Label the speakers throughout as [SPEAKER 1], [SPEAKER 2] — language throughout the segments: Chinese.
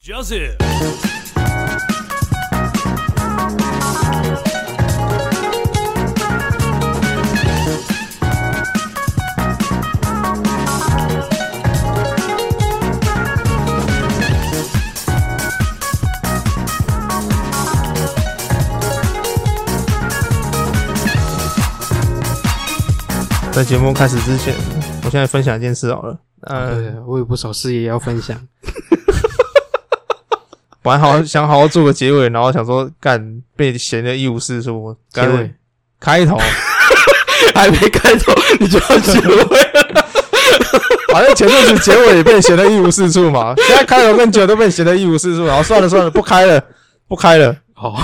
[SPEAKER 1] Joseph。
[SPEAKER 2] 在节目开始之前，我现在分享一件事好了。呃，
[SPEAKER 3] 呃，我有不少事也要分 享。
[SPEAKER 2] 本来好好想好好做个结尾，然后想说干被闲的一无是处，
[SPEAKER 3] 结
[SPEAKER 2] 干
[SPEAKER 3] 尾
[SPEAKER 2] 开头，
[SPEAKER 3] 还没开头，你就要结尾了。
[SPEAKER 2] 反正前阵子结尾也被闲的一无是处 嘛，现在开头跟结尾都被闲的一无是处，然后算了算了，不开了，不开了，
[SPEAKER 3] 好，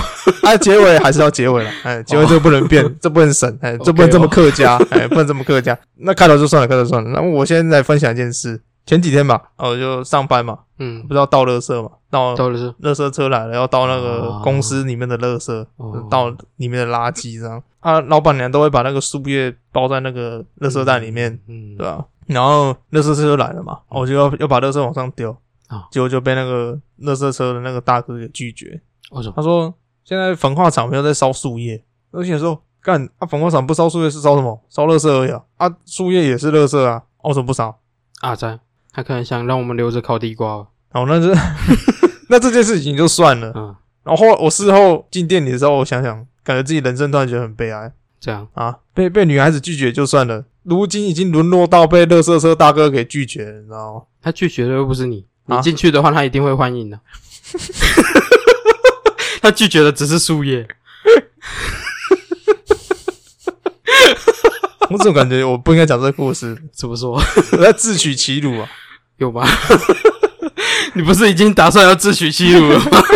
[SPEAKER 2] 哎、结尾还是要结尾了，哎，结尾这个不能
[SPEAKER 3] 哦
[SPEAKER 2] 变，这不能省，哎，这不能这么客家，哎，不能这么客家。那开头就算了，开头算了。那我现在分享一件事，前几天吧，哦，我就上班嘛，
[SPEAKER 3] 嗯
[SPEAKER 2] 不，是要倒垃圾嘛，到
[SPEAKER 3] 到了是，
[SPEAKER 2] 垃圾车来了，要倒那个
[SPEAKER 3] 哦
[SPEAKER 2] 公司里面的垃圾，
[SPEAKER 3] 哦
[SPEAKER 2] 倒里面的垃圾这样。啊，老板娘都会把那个树叶包在那个垃圾袋里面，
[SPEAKER 3] 嗯，
[SPEAKER 2] 对吧、然后垃圾车就来了嘛，哦我就要要把垃圾往上丢，
[SPEAKER 3] 哦
[SPEAKER 2] 结果就被那个垃圾车的那个大哥给拒绝。
[SPEAKER 3] 我说
[SPEAKER 2] 他说现在焚化厂没有在烧树叶，而且说干啊，焚化厂不烧树叶是烧什么？烧垃圾而已啊，啊，树叶也是垃圾啊，啊为什么不烧？
[SPEAKER 3] 阿詹，他可能想让我们留着烤地瓜哦。
[SPEAKER 2] 然后那就 那这件事情就算了。
[SPEAKER 3] 嗯，
[SPEAKER 2] 然后我事后进店里的时候，我想想，感觉自己人生突然觉得很悲哀
[SPEAKER 3] 这样
[SPEAKER 2] 啊！被被女孩子拒绝就算了，如今已经沦落到被垃圾车大哥给拒绝了，你知道吗？
[SPEAKER 3] 他拒绝的又不是你，你
[SPEAKER 2] 啊
[SPEAKER 3] 进去的话，他一定会欢迎的。 他拒绝的只是树叶。
[SPEAKER 2] 我总感觉我不应该讲这个故事，
[SPEAKER 3] 怎么说？
[SPEAKER 2] 我在自取其辱啊！
[SPEAKER 3] 有吗？ 你不是已经打算要自取其辱了吗？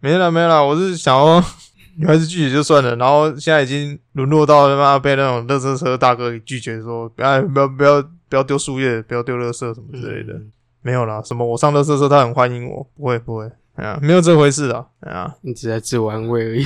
[SPEAKER 2] 没了没了，我是想要女孩子拒绝就算了，然后现在已经沦落到他妈被那种垃圾车大哥给拒绝说，哎，不要不要不要丢树叶，不要丢垃圾什么之类的，
[SPEAKER 3] 嗯
[SPEAKER 2] 没有啦，什么我上垃圾车他很欢迎我，不会不会，哎呀，没有这回事啊，哎呀，
[SPEAKER 3] 你只在自我安慰而已。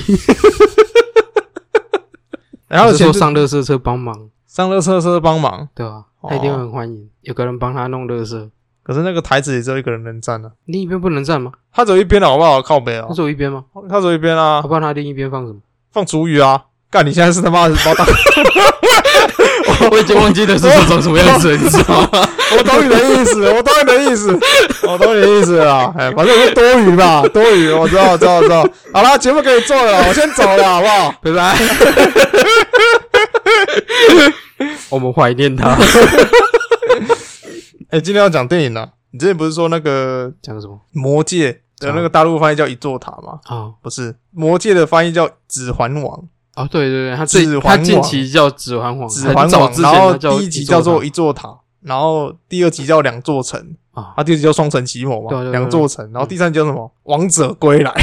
[SPEAKER 2] 然后
[SPEAKER 3] 只是
[SPEAKER 2] 前
[SPEAKER 3] 说
[SPEAKER 2] 阵
[SPEAKER 3] 上乐色车帮忙，
[SPEAKER 2] 上垃圾车帮忙，
[SPEAKER 3] 对吧、
[SPEAKER 2] 哦
[SPEAKER 3] 他一定会很欢迎，有个人帮他弄乐色。
[SPEAKER 2] 可是那个台子也只有一个人能站啊，
[SPEAKER 3] 另一边不能站吗？
[SPEAKER 2] 他走一边了好不好？靠北啊
[SPEAKER 3] 他，走一边吗？
[SPEAKER 2] 他走一边啊
[SPEAKER 3] 他，不然他另一边放 什么？
[SPEAKER 2] 放厨余啊，干你现在是他妈的把我当
[SPEAKER 3] 我已经忘记了是这种什么样子了，你知道 吗？
[SPEAKER 2] 我懂你的意思， 我懂你的意思，我懂你的意思啦。哎，反正我是多余吧，多余，我知道，我知道，我知道。好啦，节目可以做了，我先走了，好不好？
[SPEAKER 3] 拜拜。 我们怀念他。
[SPEAKER 2] 哎、今天要讲电影了。你之前不是说那个《
[SPEAKER 3] 讲什么？
[SPEAKER 2] 魔戒》的那个大陆翻译叫《一座塔》吗？
[SPEAKER 3] 哦
[SPEAKER 2] 不是，《魔戒》的翻译叫《指环王
[SPEAKER 3] 哦，对对对，他最
[SPEAKER 2] 指环
[SPEAKER 3] 他
[SPEAKER 2] 王
[SPEAKER 3] 近期叫《指环王》，》，
[SPEAKER 2] 指环
[SPEAKER 3] 哦很早
[SPEAKER 2] 王。
[SPEAKER 3] 之
[SPEAKER 2] 然
[SPEAKER 3] 前
[SPEAKER 2] 后
[SPEAKER 3] 他
[SPEAKER 2] 第一集叫
[SPEAKER 3] 叫
[SPEAKER 2] 做《一座塔》，然后第二集叫《两座城》，
[SPEAKER 3] 啊，
[SPEAKER 2] 啊，第二集叫《双城奇谋》
[SPEAKER 3] 对
[SPEAKER 2] 嘛，
[SPEAKER 3] 对啊
[SPEAKER 2] 《
[SPEAKER 3] 对
[SPEAKER 2] 两座城》。然后第三集叫什么？《王者归来》，
[SPEAKER 3] 啊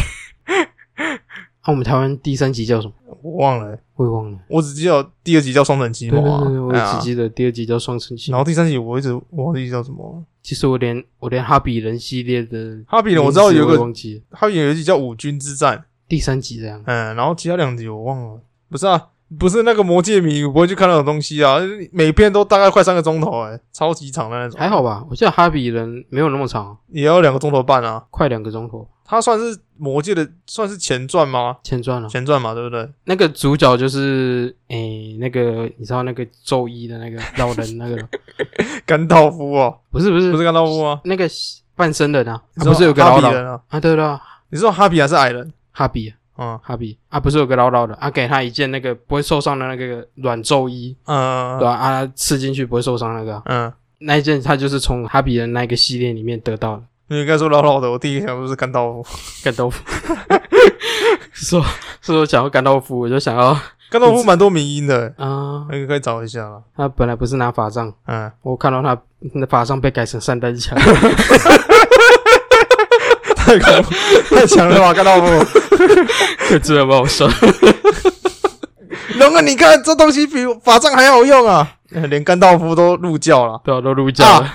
[SPEAKER 3] 那我们台湾第三集叫什么？
[SPEAKER 2] 我忘了、欸
[SPEAKER 3] 我也忘了。
[SPEAKER 2] 我只记得第二集叫《双城奇
[SPEAKER 3] 对
[SPEAKER 2] 谋
[SPEAKER 3] 对》
[SPEAKER 2] 啊。
[SPEAKER 3] 对，对我
[SPEAKER 2] 哎呀
[SPEAKER 3] 只记得第二集叫《双城记
[SPEAKER 2] 然》。后第三集我一直忘记叫什么了，
[SPEAKER 3] 其实我连我连哈比人系列的
[SPEAKER 2] 哈比人我知道有一
[SPEAKER 3] 名字我也
[SPEAKER 2] 个
[SPEAKER 3] 忘记了
[SPEAKER 2] 哈比人有一集叫五军之战，
[SPEAKER 3] 第三集这样。
[SPEAKER 2] 嗯，然后其他两集我忘了。不是啊，不是那个魔界迷，我不会去看那种东西啊，每片都大概快三个钟头、欸，哎，超级长的那种，
[SPEAKER 3] 还好吧，我记得哈比人没有那么长，
[SPEAKER 2] 也要两个钟头半啊。
[SPEAKER 3] 快两个钟头
[SPEAKER 2] 它算是魔界的，算是前传吗？
[SPEAKER 3] 前传啊了。
[SPEAKER 2] 前传嘛，对不对？
[SPEAKER 3] 那个主角就是诶、那个你知道那个咒医的 那个老人那个，
[SPEAKER 2] 甘道夫哦，
[SPEAKER 3] 不是不是
[SPEAKER 2] 不是甘道夫吗？
[SPEAKER 3] 那个半身人啊，
[SPEAKER 2] 你
[SPEAKER 3] 啊
[SPEAKER 2] 说
[SPEAKER 3] 不是有个
[SPEAKER 2] 哈
[SPEAKER 3] 老
[SPEAKER 2] 比
[SPEAKER 3] 老
[SPEAKER 2] 人啊？
[SPEAKER 3] 啊对对啊，
[SPEAKER 2] 你说哈比还是矮人？
[SPEAKER 3] 哈比
[SPEAKER 2] 嗯
[SPEAKER 3] 哈比啊不是有个老老的啊，给他一件那个不会受伤的那个软咒衣，
[SPEAKER 2] 嗯
[SPEAKER 3] 对吧、啊？他吃进去不会受伤那个啊、
[SPEAKER 2] 嗯，
[SPEAKER 3] 那一件他就是从哈比人那个系列里面得到的。
[SPEAKER 2] 你应该说老老的，我第一个想就是甘 道夫。
[SPEAKER 3] 干豆腐，说说想要干豆腐，我就想要啊、
[SPEAKER 2] 甘道夫蛮多迷音的、欸，
[SPEAKER 3] 呃
[SPEAKER 2] 那个可以找一下啦。
[SPEAKER 3] 他本来不是拿法杖，
[SPEAKER 2] 嗯，
[SPEAKER 3] 我看到他那法杖被改成散 弹枪，
[SPEAKER 2] 太恐怖太强了吧，甘道夫。
[SPEAKER 3] 可真的蛮好笑。
[SPEAKER 2] 龙哥，你看这东西比法杖还好用啊！连甘道夫都入教了
[SPEAKER 3] 对啊，都入教了、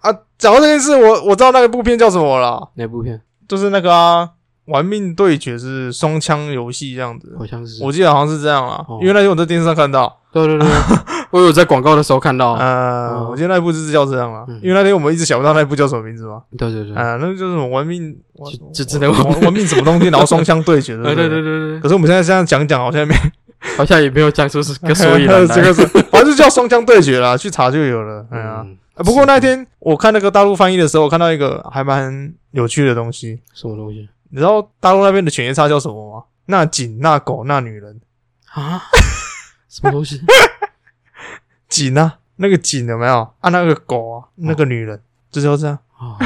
[SPEAKER 2] 啊！讲到这件事，我我知道那个部片叫什么了，
[SPEAKER 3] 哪部片？
[SPEAKER 2] 就是那个啊，《玩命对决》是双枪游戏这样子，
[SPEAKER 3] 好像是
[SPEAKER 2] 我记得好像是这样啦，
[SPEAKER 3] 哦
[SPEAKER 2] 因为那天我在电视上看到，
[SPEAKER 3] 对对对，对 我有在广告的时候看到，
[SPEAKER 2] 呃，
[SPEAKER 3] 哦
[SPEAKER 2] 我觉得那一部就是叫这样啦，
[SPEAKER 3] 嗯
[SPEAKER 2] 因为那天我们一直想不到那一部叫什么名字嘛，
[SPEAKER 3] 对对对，
[SPEAKER 2] 啊，那就是什么玩命， 玩
[SPEAKER 3] 就就只能
[SPEAKER 2] 玩玩命什么东西，然后双枪对决，
[SPEAKER 3] 对
[SPEAKER 2] 对
[SPEAKER 3] 哎对
[SPEAKER 2] 不
[SPEAKER 3] 对
[SPEAKER 2] 对？
[SPEAKER 3] 对
[SPEAKER 2] 可是我们现在这样讲讲，好像没
[SPEAKER 3] 对，好像也没有讲出是个所以 然
[SPEAKER 2] 这
[SPEAKER 3] 来
[SPEAKER 2] 个。 是， 反正就叫双枪对决啦，去查就有了。哎呀，
[SPEAKER 3] 嗯，
[SPEAKER 2] 啊不过那天我看那个大陆翻译的时候，我看到一个还蛮有趣的东西，
[SPEAKER 3] 什么东西
[SPEAKER 2] 你知道大陆那边的犬夜叉叫什么吗？那井、那狗、那女人，
[SPEAKER 3] 啊？ 什么东西？
[SPEAKER 2] 井啊，那个井有没有啊？那个狗啊，那
[SPEAKER 3] 哦
[SPEAKER 2] 个女人，就叫这样。
[SPEAKER 3] 啊，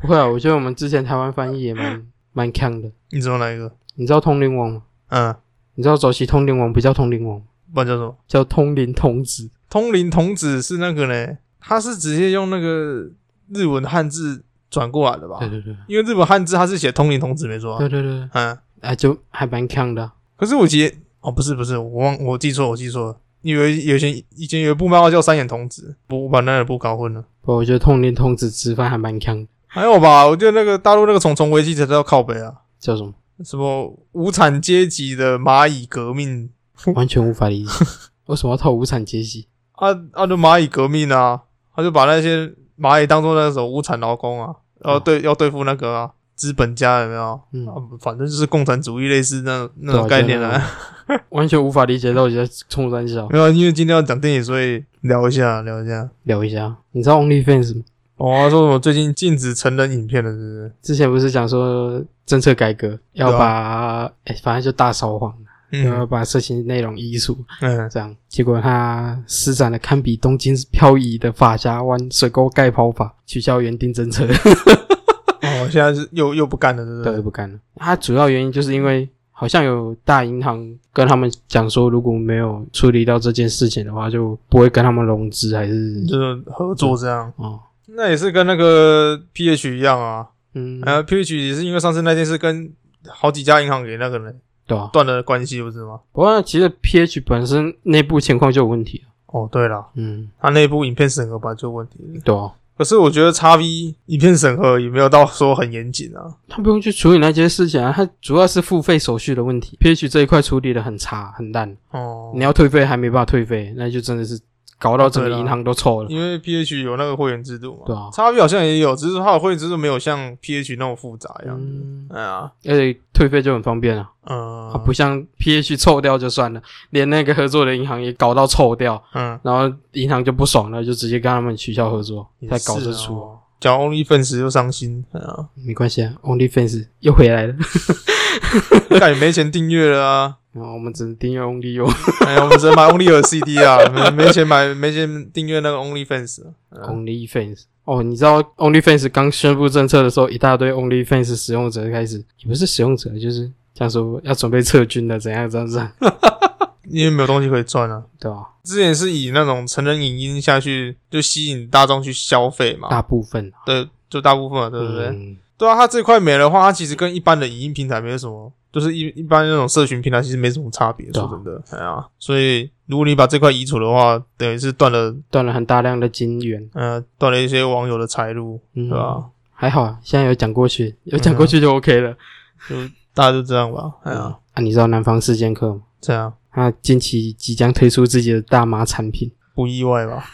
[SPEAKER 3] 不会啊，我觉得我们之前台湾翻译也蛮蛮强的。
[SPEAKER 2] 你知道哪一个？
[SPEAKER 3] 你知道通灵王吗？
[SPEAKER 2] 嗯，
[SPEAKER 3] 你知道早期通灵王不叫通灵王，
[SPEAKER 2] 不然叫什么？
[SPEAKER 3] 叫通灵童子。
[SPEAKER 2] 通灵童子是那个呢，他是直接用那个日文汉字转过来的吧？
[SPEAKER 3] 对对对，
[SPEAKER 2] 因为日本汉字它是写通灵童子没错、啊
[SPEAKER 3] 对。对对，
[SPEAKER 2] 嗯，
[SPEAKER 3] 啊，就还蛮强的啊。
[SPEAKER 2] 可是我记得哦，不是不是，我忘我记错我记错了。有一有以前以前有一部漫画叫《三眼童子》，我我把那两部搞混了。
[SPEAKER 3] 不，我觉得通灵童子吃饭还蛮强的。
[SPEAKER 2] 还有吧，我觉得那个大陆那个《重重危机》才叫靠北啊，
[SPEAKER 3] 叫 什么？
[SPEAKER 2] 什么无产阶级的蚂蚁革命
[SPEAKER 3] 完全无法理 解，为什么要套无产阶级？
[SPEAKER 2] 啊啊，就蚂蚁革命啊，他就把那些蚂蚁当做那种无产劳工啊，然后对、要对付那个啊资本家有没有？
[SPEAKER 3] 哦嗯
[SPEAKER 2] 啊，反正就是共产主义类似那那种
[SPEAKER 3] 对啊
[SPEAKER 2] 概念啊。
[SPEAKER 3] 完全无法理解到底在冲三小。
[SPEAKER 2] 没有，啊因为今天要讲电影，所以聊一下聊一下。
[SPEAKER 3] 聊一下，你知道 OnlyFans 吗？
[SPEAKER 2] 哦，他说什么最近禁止成人影片了，是不是？
[SPEAKER 3] 之前不是讲说政策改革要
[SPEAKER 2] 对啊
[SPEAKER 3] 把，哎、反正就大扫黄，要
[SPEAKER 2] 嗯
[SPEAKER 3] 把色情内容移除
[SPEAKER 2] 嗯，
[SPEAKER 3] 这样。结果他施展了堪比东京漂移的法家湾水沟盖跑法，取消原定政策，
[SPEAKER 2] 哦，现在是又又不干了，是不
[SPEAKER 3] 对，
[SPEAKER 2] 是？
[SPEAKER 3] 不干了。他主要原因就是因为好像有大银行跟他们讲说，如果没有处理到这件事情的话，就不会跟他们融资，还是
[SPEAKER 2] 就是合作这样，
[SPEAKER 3] 哦，
[SPEAKER 2] 那也是跟那个 PH 一样啊。
[SPEAKER 3] 嗯，
[SPEAKER 2] 呃，PH 也是因为上次那件事跟好几家银行给那个人
[SPEAKER 3] 对啊。
[SPEAKER 2] 断了关系，不是吗？
[SPEAKER 3] 不过其实 PH 本身内部情况就有问题了，
[SPEAKER 2] 哦，对了，
[SPEAKER 3] 嗯，
[SPEAKER 2] 他内部影片审核本来就有问题了，
[SPEAKER 3] 对啊。
[SPEAKER 2] 可是我觉得 x V 影片审核也没有到说很严谨啊。
[SPEAKER 3] 他不用去处理那些事情啊，他主要是付费手续的问题。PH 这一块处理的很差很烂，
[SPEAKER 2] 哦
[SPEAKER 3] 你，要退费还没办法退费，那就真的是搞到整个
[SPEAKER 2] 对啦
[SPEAKER 3] 银行都臭了。
[SPEAKER 2] 因为 PH 有那个会员制度嘛，
[SPEAKER 3] 对啊
[SPEAKER 2] x V 好像也有，只是它的会员制度没有像 PH 那么复杂一样子。
[SPEAKER 3] 嗯，
[SPEAKER 2] 哎呀，
[SPEAKER 3] 而且退费就很方便啊，
[SPEAKER 2] 嗯，
[SPEAKER 3] 啊不像 PH 臭掉就算了，连那个合作的银行也搞到臭掉，
[SPEAKER 2] 嗯，
[SPEAKER 3] 然后银行就不爽了，就直接跟他们取消合作，
[SPEAKER 2] 也
[SPEAKER 3] 才搞
[SPEAKER 2] 是
[SPEAKER 3] 这
[SPEAKER 2] 哦
[SPEAKER 3] 出。。啊
[SPEAKER 2] 讲 OnlyFans 又伤心，哎呀，
[SPEAKER 3] 没关系啊，OnlyFans 又回来了，
[SPEAKER 2] 但也没钱订阅了啊。
[SPEAKER 3] 然哦后我们只能订阅 Only 哟
[SPEAKER 2] 哎呀，我们只能买 Only 的 CD 啊，没没钱买，没钱订阅那个 OnlyFans 啊。
[SPEAKER 3] OnlyFans。哦，你知道 OnlyFans 刚宣布政策的时候，一大堆 OnlyFans 使用者开始，也不是使用者，就是这样说要准备撤军了，怎样怎样 怎样，
[SPEAKER 2] 因为没有东西可以赚啊。
[SPEAKER 3] 对吧？
[SPEAKER 2] 之前是以那种成人影音下去，就吸引大众去消费嘛，
[SPEAKER 3] 大部分，
[SPEAKER 2] 对，就大部分啊嘛，对不对？
[SPEAKER 3] 嗯
[SPEAKER 2] 对啊，它这块没的话，它其实跟一般的影音平台没有什么，就是一一般那种社群平台其实没什么差别，
[SPEAKER 3] 对啊
[SPEAKER 2] 说真的，哎呀，所以如果你把这块移除的话，等于是断了，
[SPEAKER 3] 断了很大量的金源，
[SPEAKER 2] 呃，断了一些网友的财路，
[SPEAKER 3] 嗯，
[SPEAKER 2] 对嗯吧？
[SPEAKER 3] 还好啊，现在有讲过去，有讲过去就 OK 了。
[SPEAKER 2] 大家就这样吧，哎呀，
[SPEAKER 3] 啊，你知道南方四剑客吗？
[SPEAKER 2] 这样
[SPEAKER 3] 他近期即将推出自己的大麻产品，
[SPEAKER 2] 不意外 吧？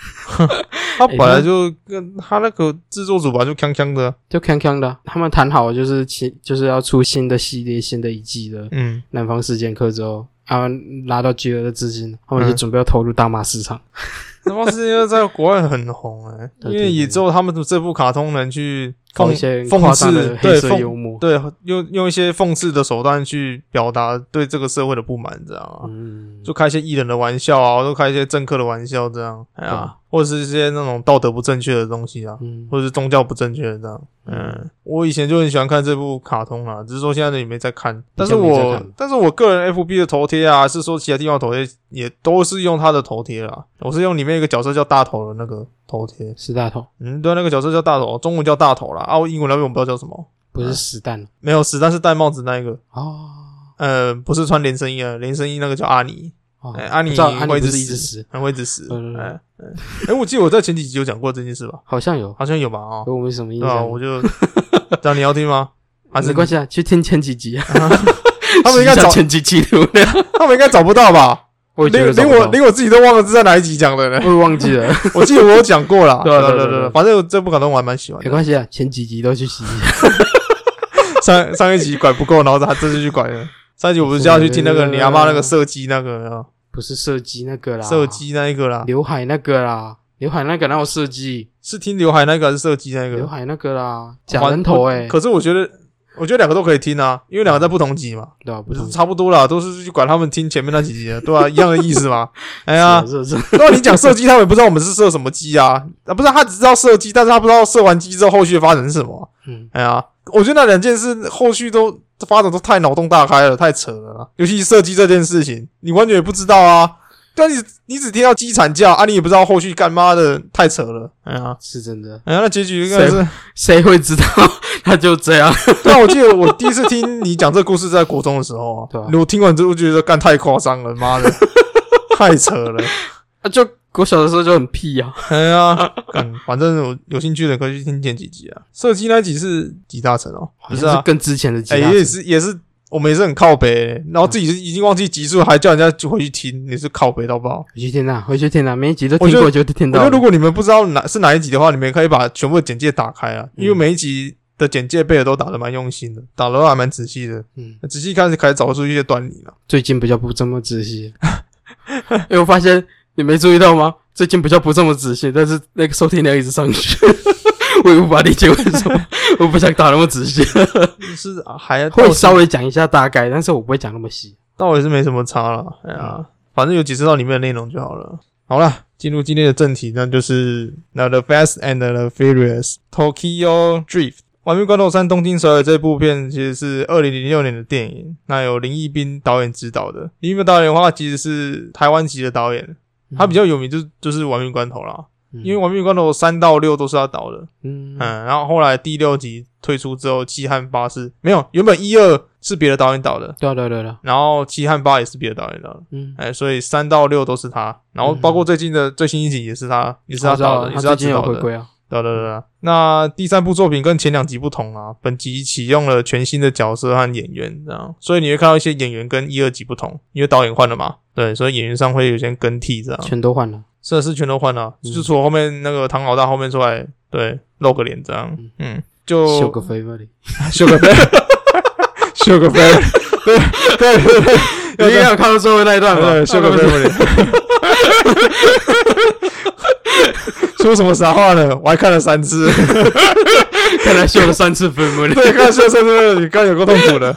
[SPEAKER 2] 他
[SPEAKER 3] 哎
[SPEAKER 2] 本来就跟他那个制作组吧，就锵锵的，
[SPEAKER 3] 就康康的啊、他们谈好就是其就是要出新的系列、新的一季的
[SPEAKER 2] 嗯，
[SPEAKER 3] 南方四剑客之后，啊，拿到巨额的资金，他们就
[SPEAKER 2] 嗯
[SPEAKER 3] 准备要投入大麻市场。
[SPEAKER 2] 他妈是因为在国外很红哎、
[SPEAKER 3] 对
[SPEAKER 2] 因
[SPEAKER 3] 对
[SPEAKER 2] 为也
[SPEAKER 3] 对
[SPEAKER 2] 只有他们这部卡通能去
[SPEAKER 3] 搞一
[SPEAKER 2] 讽
[SPEAKER 3] 些
[SPEAKER 2] 讽
[SPEAKER 3] 夸张
[SPEAKER 2] 刺
[SPEAKER 3] 的，黑
[SPEAKER 2] 对
[SPEAKER 3] 色
[SPEAKER 2] 讽
[SPEAKER 3] 幽默。
[SPEAKER 2] 对用用一些讽刺的手段去表达对这个社会的不满，这样啊，
[SPEAKER 3] 嗯，
[SPEAKER 2] 就开一些艺人的玩笑啊，都开一些政客的玩笑，这样，哎
[SPEAKER 3] 对
[SPEAKER 2] 呀，或者是一些那种道德不正确的东西啊，
[SPEAKER 3] 嗯，
[SPEAKER 2] 或者是宗教不正确的这样。嗯，我以前就很喜欢看这部卡通啦，只是说现在也没在看。但是
[SPEAKER 3] 没在
[SPEAKER 2] 我
[SPEAKER 3] 看
[SPEAKER 2] 但是我个人 FB 的头贴啊，还是说其他地方的头贴也都是用他的头贴啦。我是用里面一个角色叫大头的那个头贴，
[SPEAKER 3] 死大头
[SPEAKER 2] 嗯，对啊，那个角色叫大头，中文叫大头啦，啊，我英文那边我不知道叫什么，
[SPEAKER 3] 不是死蛋
[SPEAKER 2] 没有死，但是戴帽子那一个，
[SPEAKER 3] 哦
[SPEAKER 2] 呃，不是穿连身衣啊，连身衣那个叫阿尼，
[SPEAKER 3] 哦，
[SPEAKER 2] 哎阿尼
[SPEAKER 3] 不知道安妮
[SPEAKER 2] 会
[SPEAKER 3] 不
[SPEAKER 2] 一直
[SPEAKER 3] 是一直
[SPEAKER 2] 死嗯
[SPEAKER 3] 死，
[SPEAKER 2] 很会一直死，
[SPEAKER 3] 对对对
[SPEAKER 2] 哎哎哎，我记得我在前几集有讲过这件事吧，
[SPEAKER 3] 好像有，
[SPEAKER 2] 好像有吧啊，
[SPEAKER 3] 有我们什么印
[SPEAKER 2] 对啊，
[SPEAKER 3] 象？
[SPEAKER 2] 我就， 这样你要听吗？还是
[SPEAKER 3] 没关系啊，去听前几集啊，
[SPEAKER 2] 他们应该找
[SPEAKER 3] 前几集流量。
[SPEAKER 2] 他们应该找不到吧？
[SPEAKER 3] 我也觉
[SPEAKER 2] 连
[SPEAKER 3] 得找
[SPEAKER 2] 连
[SPEAKER 3] 不
[SPEAKER 2] 我
[SPEAKER 3] 到
[SPEAKER 2] 连我自己都忘了是在哪一集讲的 呢。
[SPEAKER 3] 我也忘记了，
[SPEAKER 2] 我记得我有讲过啦，
[SPEAKER 3] 对啊对啊
[SPEAKER 2] 对
[SPEAKER 3] 对啊对啊
[SPEAKER 2] 反正我这部卡通我还蛮喜欢
[SPEAKER 3] 没
[SPEAKER 2] 的。
[SPEAKER 3] 关系啊，前几集都去洗一下。
[SPEAKER 2] 上上一集拐不够，然后他这次去拐了。上一集我不是叫他去听那个你阿妈那个射击那个有没有
[SPEAKER 3] 不是射击那个啦，
[SPEAKER 2] 射击啊那一个啦，
[SPEAKER 3] 刘海那个啦，刘海那个哪有射击？
[SPEAKER 2] 是听刘海那个还是射击那
[SPEAKER 3] 刘
[SPEAKER 2] 个？
[SPEAKER 3] 海那个啦，假人头哎、
[SPEAKER 2] 可是我觉得，我觉得两个都可以听啊，因为两个在不同集嘛，
[SPEAKER 3] 对啊吧、不
[SPEAKER 2] 就是
[SPEAKER 3] 是
[SPEAKER 2] 差不多啦，都是去管他们听前面那几集的， 对啊，一样的意思嘛。哎呀，
[SPEAKER 3] 是 是是，
[SPEAKER 2] 那你讲射击，他们也不知道我们是射什么击啊，啊，不是他只知道射击，但是他不知道射完击之后后续发展是什么啊、
[SPEAKER 3] 嗯，
[SPEAKER 2] 哎呀，我觉得那两件事后续都发展都太脑洞大开了，太扯了啦。尤其是射击这件事情，你完全也不知道啊。但你你只听到鸡惨叫啊，你也不知道后续干妈的，太扯了。哎呀，
[SPEAKER 3] 是真的，
[SPEAKER 2] 哎呀，那结局应该是……
[SPEAKER 3] 谁会知道 他就这样？
[SPEAKER 2] 对啊，我记得我第一次听你讲这故事在国中的时候啊，
[SPEAKER 3] 对啊
[SPEAKER 2] 我听完之后觉得干太夸张了，妈的，太扯 了。
[SPEAKER 3] 啊，就我小的时候就很屁啊，
[SPEAKER 2] 哎呀，干反正我有兴趣的可以去听前几集啊。射击那集是几大成哦，不
[SPEAKER 3] 好像
[SPEAKER 2] 啊
[SPEAKER 3] 是，更之前的集
[SPEAKER 2] 哎、
[SPEAKER 3] 大成、
[SPEAKER 2] 也是也是，我们也是很靠北、然后自己是已经忘记集数，还叫人家就回去听，也是靠北到爆。
[SPEAKER 3] 回去听啊，回去听啊，每一集都
[SPEAKER 2] 我
[SPEAKER 3] 听
[SPEAKER 2] 觉得
[SPEAKER 3] 过就听
[SPEAKER 2] 我觉得
[SPEAKER 3] 到了。
[SPEAKER 2] 如果你们不知道哪是哪一集的话，你们也可以把全部的简介打开啊，因为
[SPEAKER 3] 嗯
[SPEAKER 2] 每一集的简介背的都打得蛮用心的，打得都还蛮仔细的，
[SPEAKER 3] 嗯，
[SPEAKER 2] 仔细看是可以找出一些端倪了。
[SPEAKER 3] 最近比较不这么仔细， 因为我发现你没注意到吗？最近比较不这么仔细，但是那个收听量一直上去， 我也无法理解为什么， 我不想打那么仔细。
[SPEAKER 2] 就是啊还
[SPEAKER 3] 会稍微讲一下大概，但是我不会讲那么细。
[SPEAKER 2] 倒也是没什么差了。哎
[SPEAKER 3] 嗯
[SPEAKER 2] 呀，反正有解释到里面的内容就好了。好了，进入今天的正题，那就是那 The Fast and the Furious Tokyo Drift。《玩命关头三：东京首尔》这部片其实是二零零六年的电影，那由林一斌导演执导的。林一斌导演的话，其实是台湾籍的导演，他比较有名就是就是《玩命关头》啦，
[SPEAKER 3] 嗯，
[SPEAKER 2] 因为《玩命关头》三到六都是他导的。
[SPEAKER 3] 嗯
[SPEAKER 2] 嗯，然后后来第六集推出之后，《七和八》是没有，原本一二是别的导演导的，
[SPEAKER 3] 对啊对啊对啊对啊，
[SPEAKER 2] 然后七和八也是别的导演导的，
[SPEAKER 3] 嗯，
[SPEAKER 2] 哎，所以三到六都是他，然后包括最近的最新一集也是他，也是
[SPEAKER 3] 哦我
[SPEAKER 2] 他
[SPEAKER 3] 知道
[SPEAKER 2] 导的，
[SPEAKER 3] 了
[SPEAKER 2] 也
[SPEAKER 3] 他
[SPEAKER 2] 是他
[SPEAKER 3] 最近
[SPEAKER 2] 指
[SPEAKER 3] 有
[SPEAKER 2] 导
[SPEAKER 3] 回
[SPEAKER 2] 的。
[SPEAKER 3] 归啊，
[SPEAKER 2] 对对对对，那第三部作品跟前两集不同啊，本集启用了全新的角色和演员，这样，所以你会看到一些演员跟一二集不同，因为导演换了嘛，对，所以演员上会有些更替，这样，
[SPEAKER 3] 全都换了。
[SPEAKER 2] 摄是全都换了，
[SPEAKER 3] 嗯
[SPEAKER 2] 就除了后面那个唐老大后面出来，对，露个脸这样，嗯，就
[SPEAKER 3] 秀个 飞吧你，
[SPEAKER 2] 秀个飞，秀个飞，对对对对，
[SPEAKER 3] 你有看到最后那一段吗？
[SPEAKER 2] 对， 秀个
[SPEAKER 3] 飞，
[SPEAKER 2] family。说什么傻话呢？我还看了三次，
[SPEAKER 3] 看来秀了三次飞吧 你。
[SPEAKER 2] 对，看了三次，你看有够痛苦的。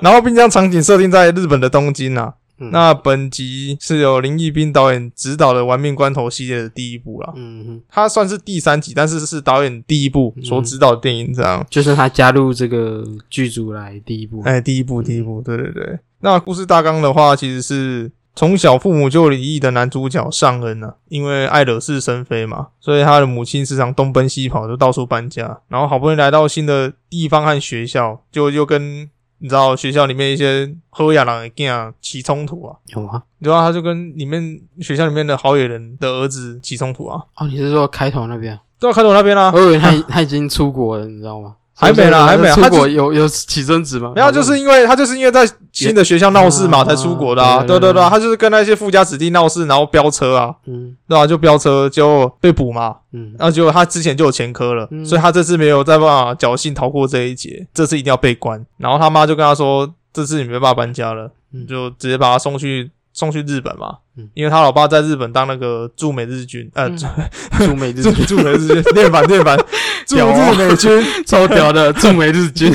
[SPEAKER 2] 然后，并将场景设定在日本的东京啊。
[SPEAKER 3] 嗯
[SPEAKER 2] 那本集是由林一斌导演执导的《玩命关头》系列的第一部啦，
[SPEAKER 3] 嗯，嗯
[SPEAKER 2] 它算是第三集，但是是导演第一部所执导的电影这样。
[SPEAKER 3] 就是他加入这个剧组来第一部，
[SPEAKER 2] 哎，第一部，第一部，对对对。那故事大纲的话，其实是从小父母就离异的男主角尚恩啊，因为爱惹是生非嘛，所以他的母亲时常东奔西跑，就到处搬家，然后好不容易来到新的地方和学校，就又跟你知道学校里面一些喝雅郎跟啊起冲突啊，
[SPEAKER 3] 有吗？
[SPEAKER 2] 你知道他就跟里面学校里面的好野人的儿子起冲突啊，
[SPEAKER 3] 哦，你是说开头那边啊？
[SPEAKER 2] 到开头那边啦、啊，
[SPEAKER 3] 我以为他已他已经出国了，你知道吗？
[SPEAKER 2] 还没啦
[SPEAKER 3] 是
[SPEAKER 2] 还
[SPEAKER 3] 不是
[SPEAKER 2] 没啊
[SPEAKER 3] 出
[SPEAKER 2] 他
[SPEAKER 3] 国有有起争执吗？
[SPEAKER 2] 没有，就是因为他就是因为在新的学校闹事嘛，
[SPEAKER 3] 啊
[SPEAKER 2] 才出国的啊。
[SPEAKER 3] 对
[SPEAKER 2] 对
[SPEAKER 3] 对
[SPEAKER 2] 对对啊，
[SPEAKER 3] 对
[SPEAKER 2] 他就是跟那些富家子弟闹事，然后飙车啊，
[SPEAKER 3] 嗯
[SPEAKER 2] 对啊，就飙车，结果被捕嘛。
[SPEAKER 3] 嗯
[SPEAKER 2] 然后结果他之前就有前科了，
[SPEAKER 3] 嗯
[SPEAKER 2] 所以他这次没有再办法侥幸逃过这一劫，这次一定要被关。然后他妈就跟他说，这次你没办法搬家了，
[SPEAKER 3] 嗯
[SPEAKER 2] 就直接把他送去送去日本嘛。
[SPEAKER 3] 嗯
[SPEAKER 2] 因为他老爸在日本当那个驻美日军，呃，
[SPEAKER 3] 嗯
[SPEAKER 2] 驻
[SPEAKER 3] 驻美日
[SPEAKER 2] 驻
[SPEAKER 3] 军
[SPEAKER 2] 驻美日 军，练反练反，驻
[SPEAKER 3] 屌哦
[SPEAKER 2] 日美军，
[SPEAKER 3] 超屌的驻美日军，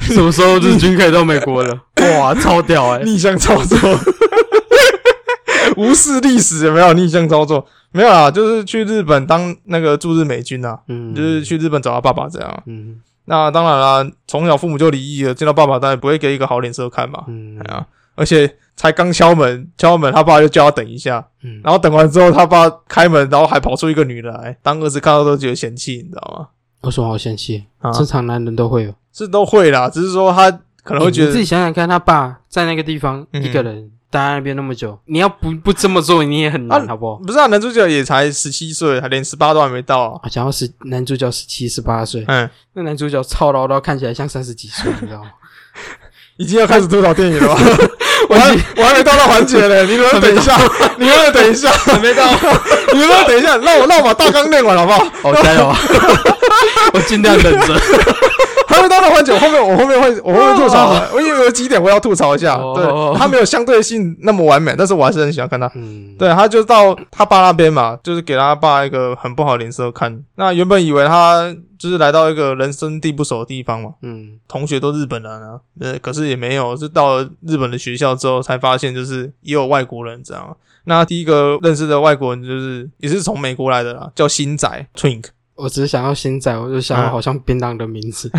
[SPEAKER 3] 什么时候日军可以到美国了？哇，超屌哎、
[SPEAKER 2] 逆向操作，无视历史有没有逆向操作？没有啦，就是去日本当那个驻日美军啊，
[SPEAKER 3] 嗯，
[SPEAKER 2] 就是去日本找他爸爸这样。
[SPEAKER 3] 嗯
[SPEAKER 2] 那当然啦，从小父母就离异了，见到爸爸当然不会给一个好脸色看嘛。
[SPEAKER 3] 嗯
[SPEAKER 2] 哎呀，而且才刚敲门，敲门他爸就叫他等一下，
[SPEAKER 3] 嗯，
[SPEAKER 2] 然后等完之后他爸开门，然后还跑出一个女的来，当儿子看到都觉得嫌弃，你知道吗？
[SPEAKER 3] 有什么好嫌弃？
[SPEAKER 2] 啊，
[SPEAKER 3] 正常男人都会有。
[SPEAKER 2] 是都会啦，只是说他可能会觉
[SPEAKER 3] 你自
[SPEAKER 2] 得
[SPEAKER 3] 己想想看，他爸在那个地方
[SPEAKER 2] 嗯
[SPEAKER 3] 一个人待在那边那么久，你要不不这么做，你也很难，
[SPEAKER 2] 啊
[SPEAKER 3] 好不好？
[SPEAKER 2] 不是啊，男主角也才十七岁，还连十八都还没到啊。
[SPEAKER 3] 啊，想要十男主角十七十八岁，
[SPEAKER 2] 嗯，
[SPEAKER 3] 那男主角操劳到看起来像三十几岁，你知道吗？
[SPEAKER 2] 已经要开始吐槽电影了吧？我
[SPEAKER 3] 我
[SPEAKER 2] 还
[SPEAKER 3] 已经
[SPEAKER 2] 我还没到那环节 嘞，你能不能等一下？你能不能等一下？还没到， 你能不能等一下？让我让我把大纲念完好不好？
[SPEAKER 3] 好加油啊！我尽量忍着。
[SPEAKER 2] 还没到那环节，我后面我后面会我后面吐槽
[SPEAKER 3] 哦
[SPEAKER 2] 的，我因为有几点我要吐槽一下。
[SPEAKER 3] 哦
[SPEAKER 2] 对，它没有相对性那么完美，但是我还是很喜欢看它。
[SPEAKER 3] 嗯，
[SPEAKER 2] 对，他就到他爸那边嘛，就是给他爸一个很不好的脸色看。那原本以为他就是来到一个人生地不熟的地方嘛，
[SPEAKER 3] 嗯，
[SPEAKER 2] 同学都日本人啊，呃，可是也没有，是到了日本的学校之后才发现，就是也有外国人，知道吗？那第一个认识的外国人就是也是从美国来的啦，叫新仔 Twink，、
[SPEAKER 3] 我只是想要新仔，我就
[SPEAKER 2] 啊
[SPEAKER 3] 想要好像槟榔的名字。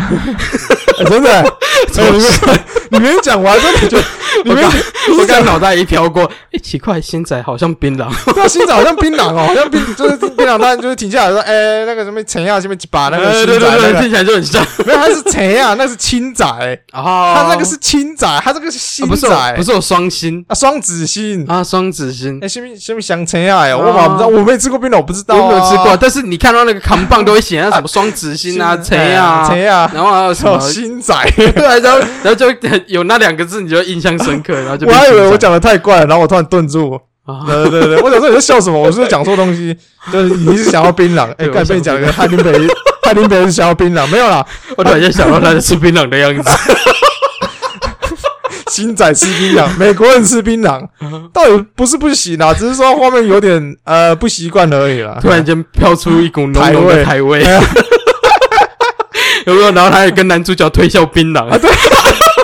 [SPEAKER 2] 欸真的、欸， 欸你 没你没讲完，真的觉得你没
[SPEAKER 3] 我刚我刚脑袋一飘过，哎，奇怪，新仔好像槟榔。
[SPEAKER 2] 那新仔好像槟榔哦，好像槟就是槟榔，但就是停下来 说，哎、那个什么陈亚前面几把那个新仔、那个
[SPEAKER 3] 听起来就很像。
[SPEAKER 2] 没有，他是陈呀，那是青仔，
[SPEAKER 3] 哦，
[SPEAKER 2] 他那个是青仔，他这个是哦新
[SPEAKER 3] 啊不是
[SPEAKER 2] 仔，
[SPEAKER 3] 我不是我双星
[SPEAKER 2] 啊，双子星。
[SPEAKER 3] 啊，双子星。
[SPEAKER 2] 哎，下面下面想陈呀，哎，我嘛不知道，我没吃过槟榔，我不知道，啊
[SPEAKER 3] 我没有吃过，，但是你看到那个扛棒都会写那什么双子星 啊、谁啊，
[SPEAKER 2] 陈哎呀，
[SPEAKER 3] 然后还有什么
[SPEAKER 2] 哦，新仔，
[SPEAKER 3] 对，啊然后然后就 有那两个字，你就印象深刻，然后就
[SPEAKER 2] 我
[SPEAKER 3] 变
[SPEAKER 2] 还以
[SPEAKER 3] 成
[SPEAKER 2] 为我
[SPEAKER 3] 这
[SPEAKER 2] 讲的太怪了，然后我突然顿住，
[SPEAKER 3] 样啊，
[SPEAKER 2] 对对对，对我想说你在笑什么？我是不是讲错东 西，就是你是想要槟榔，哎，
[SPEAKER 3] 对
[SPEAKER 2] 刚
[SPEAKER 3] 我
[SPEAKER 2] 被你
[SPEAKER 3] 想
[SPEAKER 2] 讲了个汉林北， 汉林北是想要槟榔，没有啦，
[SPEAKER 3] 我突然间想到他在吃槟榔的样子，
[SPEAKER 2] 新仔吃槟 榔，美国人吃槟榔，
[SPEAKER 3] 嗯
[SPEAKER 2] 到底不是不行啊，只是说画面有点呃不习惯而已啦。
[SPEAKER 3] 突然间飘出一股浓浓
[SPEAKER 2] 台
[SPEAKER 3] 的啊台 味，有没有？然后他也跟男主角推销槟榔，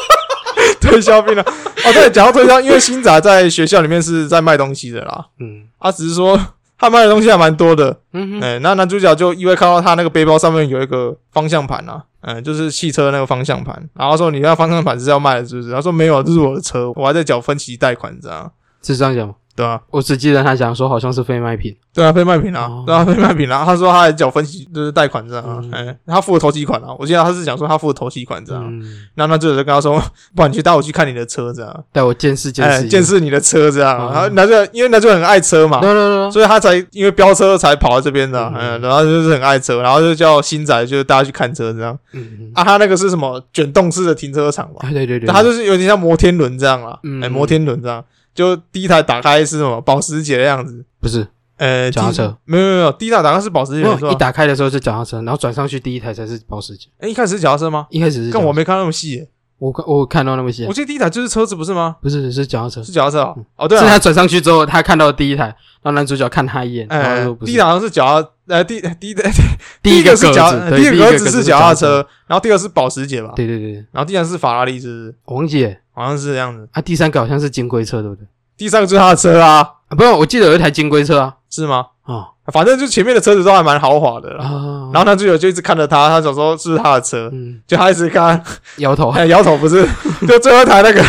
[SPEAKER 2] 推销槟榔。哦，对，讲到推销，因为新仔在学校里面是在卖东西的啦，
[SPEAKER 3] 嗯
[SPEAKER 2] 他、只是说他卖的东西还蛮多的。
[SPEAKER 3] 嗯哼，
[SPEAKER 2] 哎、那男主角就意外看到他那个背包上面有一个方向盘啊，嗯、就是汽车那个方向盘。然后他说：“你那方向盘是要卖的，是不是？”他说：“没有，这是我的车，我还在缴分期贷款，这样
[SPEAKER 3] 是这样讲吗？
[SPEAKER 2] 对啊，
[SPEAKER 3] 我只记得他讲说好像是非卖品，
[SPEAKER 2] 对啊，被卖品啊，
[SPEAKER 3] 哦
[SPEAKER 2] 对啊，被卖品啊。他说他还缴分期，就是贷款这样、啊，
[SPEAKER 3] 嗯
[SPEAKER 2] 哎、他付了头期款啊。我记得他是讲说他付了头期款这样。
[SPEAKER 3] 嗯，
[SPEAKER 2] 那男主角就跟他说：“不然你去带我去看你的车，这样。”
[SPEAKER 3] 带我见识见
[SPEAKER 2] 哎，
[SPEAKER 3] 识
[SPEAKER 2] 见。识你的车这样。
[SPEAKER 3] 嗯
[SPEAKER 2] 然后男主角因为男主角很爱车嘛，
[SPEAKER 3] no no no，
[SPEAKER 2] 所以他才因为飙车才跑到这边的，
[SPEAKER 3] 嗯
[SPEAKER 2] 嗯，然后就是很爱车，然后就叫新仔就是大家去看车这样。
[SPEAKER 3] 嗯，
[SPEAKER 2] 啊，他那个是什么卷动式的停车场吧？
[SPEAKER 3] 啊对对对，
[SPEAKER 2] 他就是有点像摩天轮这样啦，
[SPEAKER 3] 嗯
[SPEAKER 2] 哎，摩天轮这样。就第一台打开是什么保时捷的样子，
[SPEAKER 3] 不是
[SPEAKER 2] 呃，
[SPEAKER 3] 脚踏
[SPEAKER 2] 第
[SPEAKER 3] 车，
[SPEAKER 2] 没有没有没有，第一台打开是保时捷
[SPEAKER 3] 没
[SPEAKER 2] 是
[SPEAKER 3] 有一
[SPEAKER 2] 吧？
[SPEAKER 3] 打开的时候是啊脚踏车，然后转上去第一台才是保时捷，
[SPEAKER 2] 哎，一开始是脚踏车吗？
[SPEAKER 3] 一开始是脚
[SPEAKER 2] 但
[SPEAKER 3] 踏车
[SPEAKER 2] 我没看那么细耶，
[SPEAKER 3] 我看我看到那么些
[SPEAKER 2] 我，记得第一台就是车子不是吗？
[SPEAKER 3] 不是是脚踏车，
[SPEAKER 2] 是脚踏车哦哦，对
[SPEAKER 3] 嗯是
[SPEAKER 2] 啊，
[SPEAKER 3] 他转上去之后，他看到第一台，然后男主角看他一眼，然后
[SPEAKER 2] 哎
[SPEAKER 3] 说，哦不
[SPEAKER 2] 第
[SPEAKER 3] 是
[SPEAKER 2] 一台好像是脚踏，呃，第第一台
[SPEAKER 3] 第
[SPEAKER 2] 一
[SPEAKER 3] 个
[SPEAKER 2] 是
[SPEAKER 3] 格
[SPEAKER 2] 脚，
[SPEAKER 3] 子，
[SPEAKER 2] 呃
[SPEAKER 3] 对
[SPEAKER 2] 第一
[SPEAKER 3] 一
[SPEAKER 2] 个
[SPEAKER 3] 个
[SPEAKER 2] 格
[SPEAKER 3] 格
[SPEAKER 2] 子
[SPEAKER 3] 是
[SPEAKER 2] 是脚踏
[SPEAKER 3] 车，
[SPEAKER 2] 车，然后第二个是保时捷吧，
[SPEAKER 3] 对对对，
[SPEAKER 2] 然后第三是法拉利，是不是？
[SPEAKER 3] 我忘记了
[SPEAKER 2] 好像是这样子。
[SPEAKER 3] 啊，第三个好像是金龟车，对不对？
[SPEAKER 2] 第三个就是他的车啊，
[SPEAKER 3] 啊，不是，我记得有一台金龟车啊，
[SPEAKER 2] 是吗？
[SPEAKER 3] 哦
[SPEAKER 2] 反正就前面的车子都还蛮豪华的啦。
[SPEAKER 3] 啊，
[SPEAKER 2] 然后男主角就一直看着他，他想说是不是他的车，
[SPEAKER 3] 嗯，
[SPEAKER 2] 就他一直看，
[SPEAKER 3] 摇头，
[SPEAKER 2] 哎，摇头不是， 就最后一台那个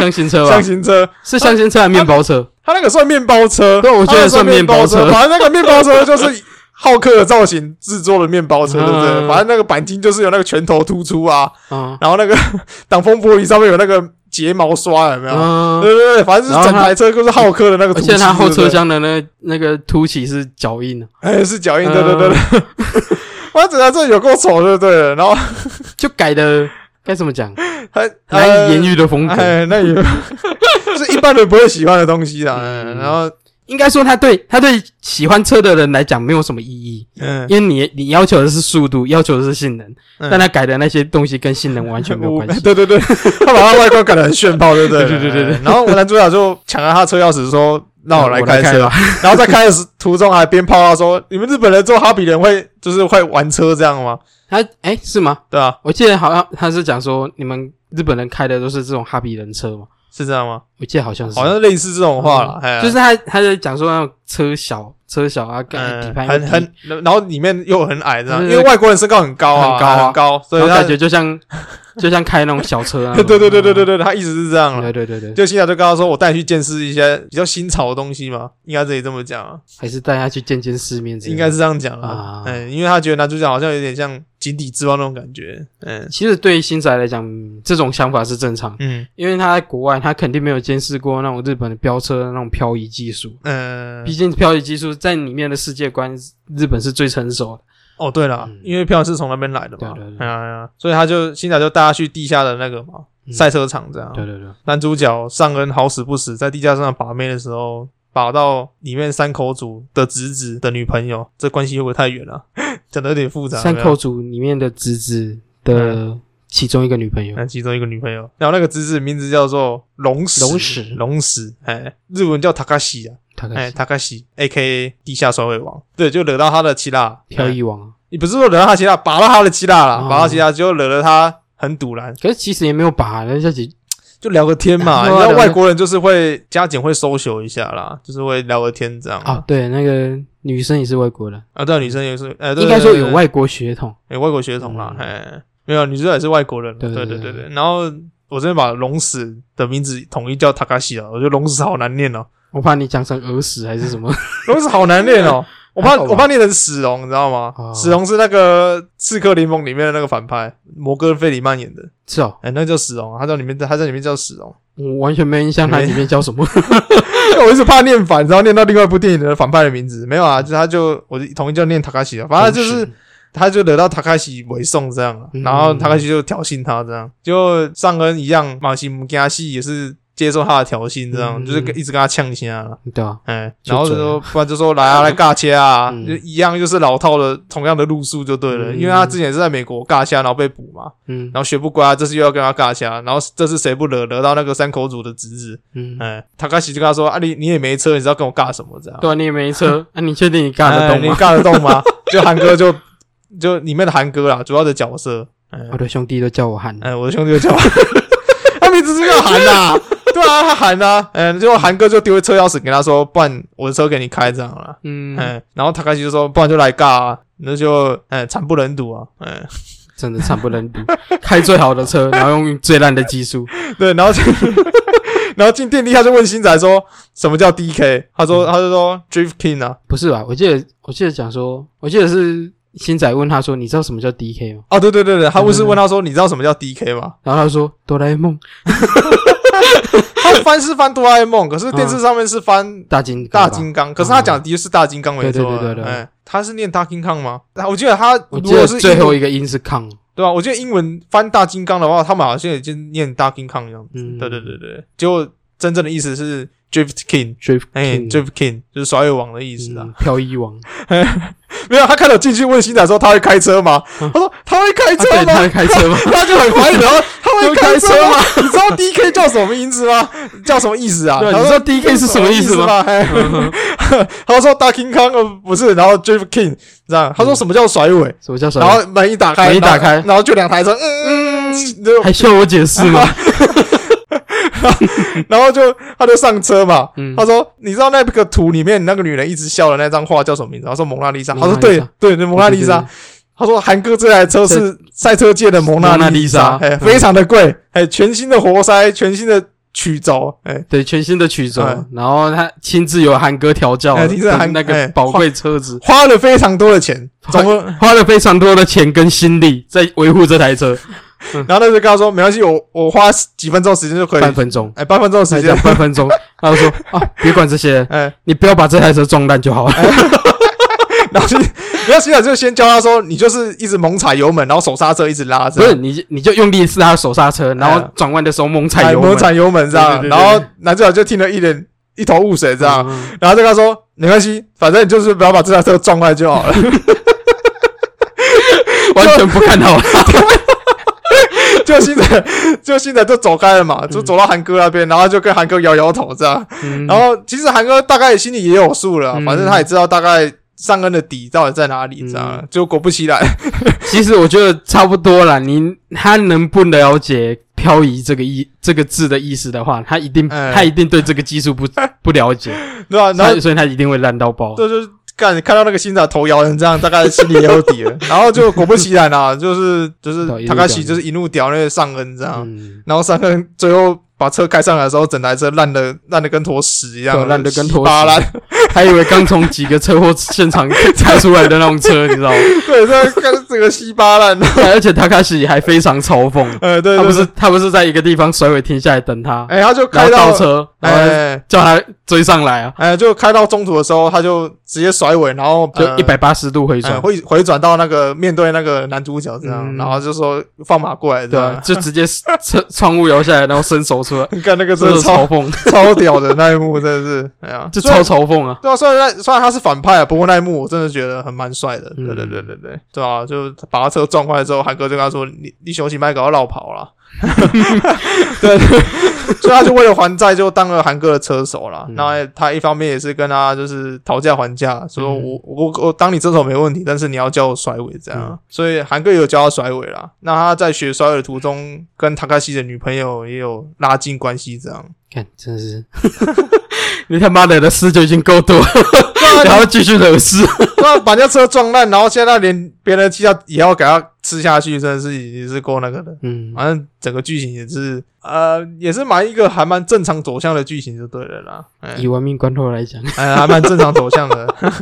[SPEAKER 3] 箱型车吧
[SPEAKER 2] 象，形车，
[SPEAKER 3] 是箱型车还是面包车？
[SPEAKER 2] 他那个算面包车，
[SPEAKER 3] 对我觉
[SPEAKER 2] 他
[SPEAKER 3] 得
[SPEAKER 2] 那个算
[SPEAKER 3] 算面
[SPEAKER 2] 包
[SPEAKER 3] 包车
[SPEAKER 2] 反正那个面包车就是。浩克的造型制作的面包车，对不对？
[SPEAKER 3] 嗯
[SPEAKER 2] 反正那个钣金就是有那个拳头突出啊，
[SPEAKER 3] 啊
[SPEAKER 2] 然后那个 挡风玻璃上面有那个睫毛刷，有没有？
[SPEAKER 3] 啊，
[SPEAKER 2] 对对对，反正是
[SPEAKER 3] 然后
[SPEAKER 2] 整
[SPEAKER 3] 它
[SPEAKER 2] 台车就是浩克的那个
[SPEAKER 3] 而
[SPEAKER 2] 图形，
[SPEAKER 3] 且它后
[SPEAKER 2] 对
[SPEAKER 3] 车
[SPEAKER 2] 不对
[SPEAKER 3] 厢的那那个凸起是脚印啊，
[SPEAKER 2] 哎是脚印，
[SPEAKER 3] 嗯
[SPEAKER 2] 对对对对， 我整台车有够丑，对不对？然后
[SPEAKER 3] 就改的该怎么讲，
[SPEAKER 2] 还
[SPEAKER 3] 难以言
[SPEAKER 2] 喻，
[SPEAKER 3] 喻的风格。
[SPEAKER 2] 哎，那 也是一般人不会喜欢的东西啦。哎
[SPEAKER 3] 嗯
[SPEAKER 2] 然后
[SPEAKER 3] 应该说，他对他对喜欢车的人来讲没有什么意义，
[SPEAKER 2] 嗯，
[SPEAKER 3] 因为你你要求的是速度，要求的是性能，
[SPEAKER 2] 嗯
[SPEAKER 3] 但他改的那些东西跟性能完哎全没有
[SPEAKER 2] 我
[SPEAKER 3] 关系。
[SPEAKER 2] 对对对，他把他外观改得很炫炮，对不对？
[SPEAKER 3] 对对对对对
[SPEAKER 2] 哎然后我男主角就抢了他车钥匙，说：“让我来开车。”
[SPEAKER 3] 吧。
[SPEAKER 2] 然后在开的时途中还鞭炮他说：“你们日本人做哈比人会就是会玩车这样吗
[SPEAKER 3] 他哎、是吗？？”
[SPEAKER 2] 对啊，
[SPEAKER 3] 我记得好像他是讲说，你们日本人开的都是这种哈比人车嘛，
[SPEAKER 2] 是这样吗？
[SPEAKER 3] 我记得好像是，嗯
[SPEAKER 2] 好像类似这种话啦，哎
[SPEAKER 3] 就是他他在讲说那种车小车小啊，感觉
[SPEAKER 2] 嗯
[SPEAKER 3] 底盘又
[SPEAKER 2] 很
[SPEAKER 3] 低
[SPEAKER 2] 很，然后里面又很矮这样，
[SPEAKER 3] 对
[SPEAKER 2] 因
[SPEAKER 3] 对
[SPEAKER 2] 为外国人身高很高啊，
[SPEAKER 3] 很高啊
[SPEAKER 2] 很高，所
[SPEAKER 3] 然后
[SPEAKER 2] 以他，
[SPEAKER 3] 感觉就像就像开那种小车啊
[SPEAKER 2] 对对对对对
[SPEAKER 3] 对
[SPEAKER 2] 对，他一直是这样了。
[SPEAKER 3] 对对对对，
[SPEAKER 2] 就新仔就跟他说：“我带你去见识一些比较新潮的东西嘛，应该自己这么讲啊，
[SPEAKER 3] 还是带他去见见世面之类
[SPEAKER 2] 应
[SPEAKER 3] 的，
[SPEAKER 2] 该是这样讲啦
[SPEAKER 3] 啊。
[SPEAKER 2] 嗯，因为他觉得男主角好像有点像井底之蛙那种感觉。嗯
[SPEAKER 3] 其实对于新仔来讲，嗯这种想法是正常的，
[SPEAKER 2] 嗯
[SPEAKER 3] 因为他在国外，他肯定没有见识过那种日本的飙车的那种漂移技术。
[SPEAKER 2] 嗯
[SPEAKER 3] 毕，竟漂移技术在里面的世界观，日本是最成熟的。
[SPEAKER 2] 哦对了
[SPEAKER 3] 嗯，
[SPEAKER 2] 因为票是从那边来的嘛
[SPEAKER 3] 对对，对
[SPEAKER 2] 哎呀哎呀，所以他就新仔就带他去地下的那个嘛赛车场这样。
[SPEAKER 3] 嗯对对对，
[SPEAKER 2] 男主角尚恩好死不死，在地下上把妹的时候，把到里面山口组的侄子的女朋友，这关系会不会太远了、啊 讲的有点复杂。
[SPEAKER 3] 山
[SPEAKER 2] 有没有
[SPEAKER 3] 口组里面的侄子
[SPEAKER 2] 啊
[SPEAKER 3] 的其中一个女朋友
[SPEAKER 2] 那，其中一个女朋友，然后那个侄子名字叫做龙石，
[SPEAKER 3] 龙石
[SPEAKER 2] 龙石，哎，日文叫塔卡西啊，
[SPEAKER 3] 他
[SPEAKER 2] 哎，
[SPEAKER 3] 开始
[SPEAKER 2] 塔卡西，A K A 地下甩尾王，对，就惹到他的七大
[SPEAKER 3] 漂
[SPEAKER 2] 哎
[SPEAKER 3] 移王啊，
[SPEAKER 2] 你不是说惹到他七大，拔到他的七大啦，
[SPEAKER 3] 哦
[SPEAKER 2] 拔到七大就惹了他很堵然，
[SPEAKER 3] 可是其实也没有把人家几
[SPEAKER 2] 就聊个天嘛，你
[SPEAKER 3] 对啊
[SPEAKER 2] 知道
[SPEAKER 3] 聊个
[SPEAKER 2] 外国人就是会加减会 social 一下啦，就是会聊个天这样
[SPEAKER 3] 啊，对，那个女生也是外国人，
[SPEAKER 2] 啊，对啊，女生也是，呃，对
[SPEAKER 3] 应该说有
[SPEAKER 2] 对
[SPEAKER 3] 外国血统，
[SPEAKER 2] 有外国血统啦，
[SPEAKER 3] 嗯
[SPEAKER 2] 哎，没有，女主角也是外国人嘛，
[SPEAKER 3] 对
[SPEAKER 2] 对
[SPEAKER 3] 对
[SPEAKER 2] 对
[SPEAKER 3] 对
[SPEAKER 2] 对。然后我这边把龙史的名字统一叫塔卡西啊，我觉得龙史好难念哦，
[SPEAKER 3] 我怕你讲成儿死还是什么，
[SPEAKER 2] 龙史好难啊念 哦， 我怕
[SPEAKER 3] 还好吧
[SPEAKER 2] 我怕念成史龙，你知道吗？
[SPEAKER 3] 哦
[SPEAKER 2] 史龙是那个《刺客联盟》里面的那个反派，摩根费里曼演的，
[SPEAKER 3] 是哦，
[SPEAKER 2] 哎，那叫史龙啊，他在里面他在里面叫史龙。
[SPEAKER 3] 我完全没印象它
[SPEAKER 2] 哎
[SPEAKER 3] 里面叫什 么，
[SPEAKER 2] 我一直怕念反，然后念到另外一部电影的反派的名字，没有啊，就他就我就统一叫念塔卡西 啊，反正就是
[SPEAKER 3] 同时
[SPEAKER 2] 他就惹到塔卡西为送这样了，啊
[SPEAKER 3] 嗯
[SPEAKER 2] 然后塔卡西就挑衅他这样，就上恩一样，马西姆跟他西也是接受他的挑衅这样，
[SPEAKER 3] 嗯
[SPEAKER 2] 就是一直跟他呛一下了，
[SPEAKER 3] 对啊，
[SPEAKER 2] 哎，
[SPEAKER 3] 就
[SPEAKER 2] 然后就
[SPEAKER 3] 这样
[SPEAKER 2] 说不然就说来啊来尬掐啊，
[SPEAKER 3] 嗯
[SPEAKER 2] 就一样就是老套的同样的路数就对了，
[SPEAKER 3] 嗯
[SPEAKER 2] 因为他之前是在美国尬掐，然后被捕嘛，
[SPEAKER 3] 嗯
[SPEAKER 2] 然后学不乖，啊这次又要跟他尬掐，然后这次谁不惹惹到那个山口组的侄子，
[SPEAKER 3] 嗯，
[SPEAKER 2] 哎，塔卡西就跟他说啊你你也没车，你知道跟我尬什么这样。
[SPEAKER 3] 对啊，你也 没车，那你确定你干得
[SPEAKER 2] 哎
[SPEAKER 3] 动
[SPEAKER 2] 你
[SPEAKER 3] 吗？
[SPEAKER 2] 尬得动吗？ 就韩哥就就里面的韩哥啦，主要的角色。哎、
[SPEAKER 3] 我的兄弟都叫我汉，
[SPEAKER 2] 哎我的兄弟就叫，他名字是叫韩呐、对啊，他韩呐、嗯，结果韩哥就丢车钥匙给他说，不然我的车给你开这样啦。
[SPEAKER 3] 嗯，
[SPEAKER 2] 嗯，然后他开始就说，不然就来尬啊，那就哎惨不忍睹啊，嗯，
[SPEAKER 3] 真的惨不忍睹，开最好的车，然后用最烂的技术，
[SPEAKER 2] 对，然后就 然后进电梯他就问新仔说，什么叫 DK？他
[SPEAKER 3] 嗯
[SPEAKER 2] 说他就说 Drift King 啊，
[SPEAKER 3] 不是吧？我记得我记得讲说，我记得是新仔问他说，你知道什么叫 DK 吗？
[SPEAKER 2] 哦对对对对，他不是问他说你知道什么叫 DK 吗？
[SPEAKER 3] 然后他说哆啦 A 梦
[SPEAKER 2] 他翻是翻哆啦 A 梦，可是电视上面是翻
[SPEAKER 3] 大金
[SPEAKER 2] 大
[SPEAKER 3] 刚吧
[SPEAKER 2] 金刚，可是他讲的就是大金刚没错啊。
[SPEAKER 3] 嗯对对对对对
[SPEAKER 2] 哎，他是念大金刚吗？我记得他
[SPEAKER 3] 我
[SPEAKER 2] 如
[SPEAKER 3] 记
[SPEAKER 2] 果
[SPEAKER 3] 得
[SPEAKER 2] 是
[SPEAKER 3] 最后
[SPEAKER 2] 英文
[SPEAKER 3] 一个音是康，
[SPEAKER 2] 对啊吧、我记得英文翻大金刚的话，他们好像已经念大金刚一样。
[SPEAKER 3] 嗯，
[SPEAKER 2] 对对对对，结果真正的意思是 Drift King。
[SPEAKER 3] d r i f
[SPEAKER 2] 哎
[SPEAKER 3] t
[SPEAKER 2] ，Drift King 就是甩尾王的意思啊。
[SPEAKER 3] 漂移嗯 王，
[SPEAKER 2] 没有，他看到进去问新仔说他会开车吗？
[SPEAKER 3] 嗯
[SPEAKER 2] 他说他会开
[SPEAKER 3] 他
[SPEAKER 2] 车
[SPEAKER 3] 啊对他
[SPEAKER 2] 吗
[SPEAKER 3] 会？开车吗？
[SPEAKER 2] 他就很怀疑， 然后他会开车
[SPEAKER 3] 会
[SPEAKER 2] 吗？你知道 DK 叫什么名字吗？叫什么意 思啊？
[SPEAKER 3] 对，
[SPEAKER 2] 他
[SPEAKER 3] 你知
[SPEAKER 2] 说
[SPEAKER 3] 道 DK 是什么意思吗？
[SPEAKER 2] 吗？嘿他说大 King Kong 呃不是，然后 Jeff King 这样，他说什么叫甩尾，
[SPEAKER 3] 什么叫什
[SPEAKER 2] 然
[SPEAKER 3] 么？
[SPEAKER 2] 后门一打开，
[SPEAKER 3] 嗯门一打开
[SPEAKER 2] 然后然后就两台车，嗯，就
[SPEAKER 3] 还需要我解释吗？
[SPEAKER 2] 然后就他就上车嘛。
[SPEAKER 3] 嗯
[SPEAKER 2] 他说：“你知道那个图里面那个女人一直笑的那张画叫什么名字？”他说：“蒙娜丽莎。”
[SPEAKER 3] 蒙
[SPEAKER 2] 他
[SPEAKER 3] 娜
[SPEAKER 2] 说：“
[SPEAKER 3] 丽莎
[SPEAKER 2] 对对，对蒙娜丽莎。”他说：“韩哥这台车是赛车界的蒙娜丽莎，
[SPEAKER 3] 蒙娜
[SPEAKER 2] 哎，
[SPEAKER 3] 丽莎嗯
[SPEAKER 2] 非常的贵，哎，全新的活塞，全新的曲轴，哎，
[SPEAKER 3] 对，全新的曲轴
[SPEAKER 2] 哎，
[SPEAKER 3] 然后他亲自有韩哥调教啊
[SPEAKER 2] 哎亲自韩
[SPEAKER 3] 那
[SPEAKER 2] 哎
[SPEAKER 3] 个宝贵车子，
[SPEAKER 2] 花了非常多的 钱，总共
[SPEAKER 3] 花了非常多的钱跟心力在维护这台车，
[SPEAKER 2] 然后他就跟他说：“没关系，我我花几分钟时间就可以，
[SPEAKER 3] 半分钟，
[SPEAKER 2] 哎，半分钟的
[SPEAKER 3] 才
[SPEAKER 2] 时间
[SPEAKER 3] 讲，半分钟，他就说啊，别管这些，
[SPEAKER 2] 哎，
[SPEAKER 3] 你不要把这台车撞烂就好了。
[SPEAKER 2] 然后就 然后新仔就先教他说，你就是一直猛踩油门，然后手刹车一直拉着，
[SPEAKER 3] 不是你，你就用力是他手刹车，然后转弯的时候猛哎踩
[SPEAKER 2] 踩
[SPEAKER 3] 油
[SPEAKER 2] 猛
[SPEAKER 3] 门，
[SPEAKER 2] 踩油门这样。
[SPEAKER 3] 对对对
[SPEAKER 2] 然
[SPEAKER 3] 对
[SPEAKER 2] 后男主角就听了一脸一头雾水这样，
[SPEAKER 3] 嗯
[SPEAKER 2] 然后就跟他说：没关系，反正你就是不要把这台车撞坏就好了。
[SPEAKER 3] 完全不看好。
[SPEAKER 2] 就新仔 就新仔就走开了嘛，就走到韩哥那边，然后就跟韩哥摇摇头这样。
[SPEAKER 3] 嗯
[SPEAKER 2] 然后其实韩哥大概心里也有数了，
[SPEAKER 3] 嗯
[SPEAKER 2] 反正他也知道大概上恩的底到底在哪里这
[SPEAKER 3] 嗯
[SPEAKER 2] 样。就果不其然。
[SPEAKER 3] 其实我觉得差不多啦，你他能不了解“漂移”这个意这个字的意思的话，他一定、
[SPEAKER 2] 哎
[SPEAKER 3] 他一定对这个技术 不不了解，
[SPEAKER 2] 对啊，然
[SPEAKER 3] 所
[SPEAKER 2] 后
[SPEAKER 3] 以所以他一定会烂到爆。
[SPEAKER 2] 这就是干看到那个新仔头摇成这样，大概心里也有底 了。然后就果不其然啊，就是就是
[SPEAKER 3] 对一路
[SPEAKER 2] 塔
[SPEAKER 3] 屌
[SPEAKER 2] 卡西就是一路屌那个上恩这样，
[SPEAKER 3] 嗯，
[SPEAKER 2] 然后上恩最后把车开上来的时候，整台车烂的烂的跟坨屎一
[SPEAKER 3] 对
[SPEAKER 2] 样，
[SPEAKER 3] 烂得跟
[SPEAKER 2] 稀
[SPEAKER 3] 坨屎
[SPEAKER 2] 巴烂。
[SPEAKER 3] 还以为刚从几个车祸现场 开出来的那种车，你知道 吗？
[SPEAKER 2] 对，这跟整个稀巴 烂。
[SPEAKER 3] 而且他开始还非常嘲讽，
[SPEAKER 2] 呃，对，
[SPEAKER 3] 他
[SPEAKER 2] 对
[SPEAKER 3] 不是
[SPEAKER 2] 对
[SPEAKER 3] 他不是在一个地方甩尾停下来等他，
[SPEAKER 2] 哎，他就
[SPEAKER 3] 然
[SPEAKER 2] 开
[SPEAKER 3] 后
[SPEAKER 2] 到
[SPEAKER 3] 倒，车，
[SPEAKER 2] 哎
[SPEAKER 3] 然后
[SPEAKER 2] 哎，
[SPEAKER 3] 叫他追上来啊，
[SPEAKER 2] 哎，就开到中途的时候，他就直接甩尾，然后
[SPEAKER 3] 就一百八十度回
[SPEAKER 2] 呃
[SPEAKER 3] 转，
[SPEAKER 2] 回回转到那个面对那个男主角这样，
[SPEAKER 3] 嗯
[SPEAKER 2] 然后就说放马过来这
[SPEAKER 3] 对啊
[SPEAKER 2] 样，。
[SPEAKER 3] 就直接车窗户摇下来，然后伸手 出来，
[SPEAKER 2] 你看那个真
[SPEAKER 3] 这
[SPEAKER 2] 的
[SPEAKER 3] 是
[SPEAKER 2] 超
[SPEAKER 3] 嘲讽，
[SPEAKER 2] 超屌的那一幕，真的是，哎呀，
[SPEAKER 3] 就
[SPEAKER 2] 虽然
[SPEAKER 3] 超嘲讽啊！
[SPEAKER 2] 对啊，虽然那虽然他是反派啊，不过那一幕我真的觉得很蛮帅的。
[SPEAKER 3] 嗯
[SPEAKER 2] 对对对对对，对啊，就把他车撞坏之后，韩哥就跟他说：“你你休息麦搞要绕跑 了。”对， 所以他就为了还债，就当了韩哥的车手啦。
[SPEAKER 3] 嗯
[SPEAKER 2] 那、他一方面也是跟他就是讨价还价，说
[SPEAKER 3] 嗯
[SPEAKER 2] 我、我我当你车手没问题，但是你要教我甩尾这样。
[SPEAKER 3] 嗯
[SPEAKER 2] 所以韩哥也有教他甩尾啦。那他在学甩尾的途中，跟塔卡西的女朋友也有拉近关系这样。
[SPEAKER 3] 看，真是， 你他妈的的事就已经够多了，
[SPEAKER 2] 啊
[SPEAKER 3] 然后继续惹事，
[SPEAKER 2] 那把人家车撞烂，然后现在连别人的气要也要给他吃下去，真的是已经是够那个的。
[SPEAKER 3] 嗯，
[SPEAKER 2] 反正整个剧情也是，呃，也是蛮一个还蛮正常走向的剧情就对了啦，哎、
[SPEAKER 3] 以玩命关头来讲，
[SPEAKER 2] 哎，还蛮正常走向的。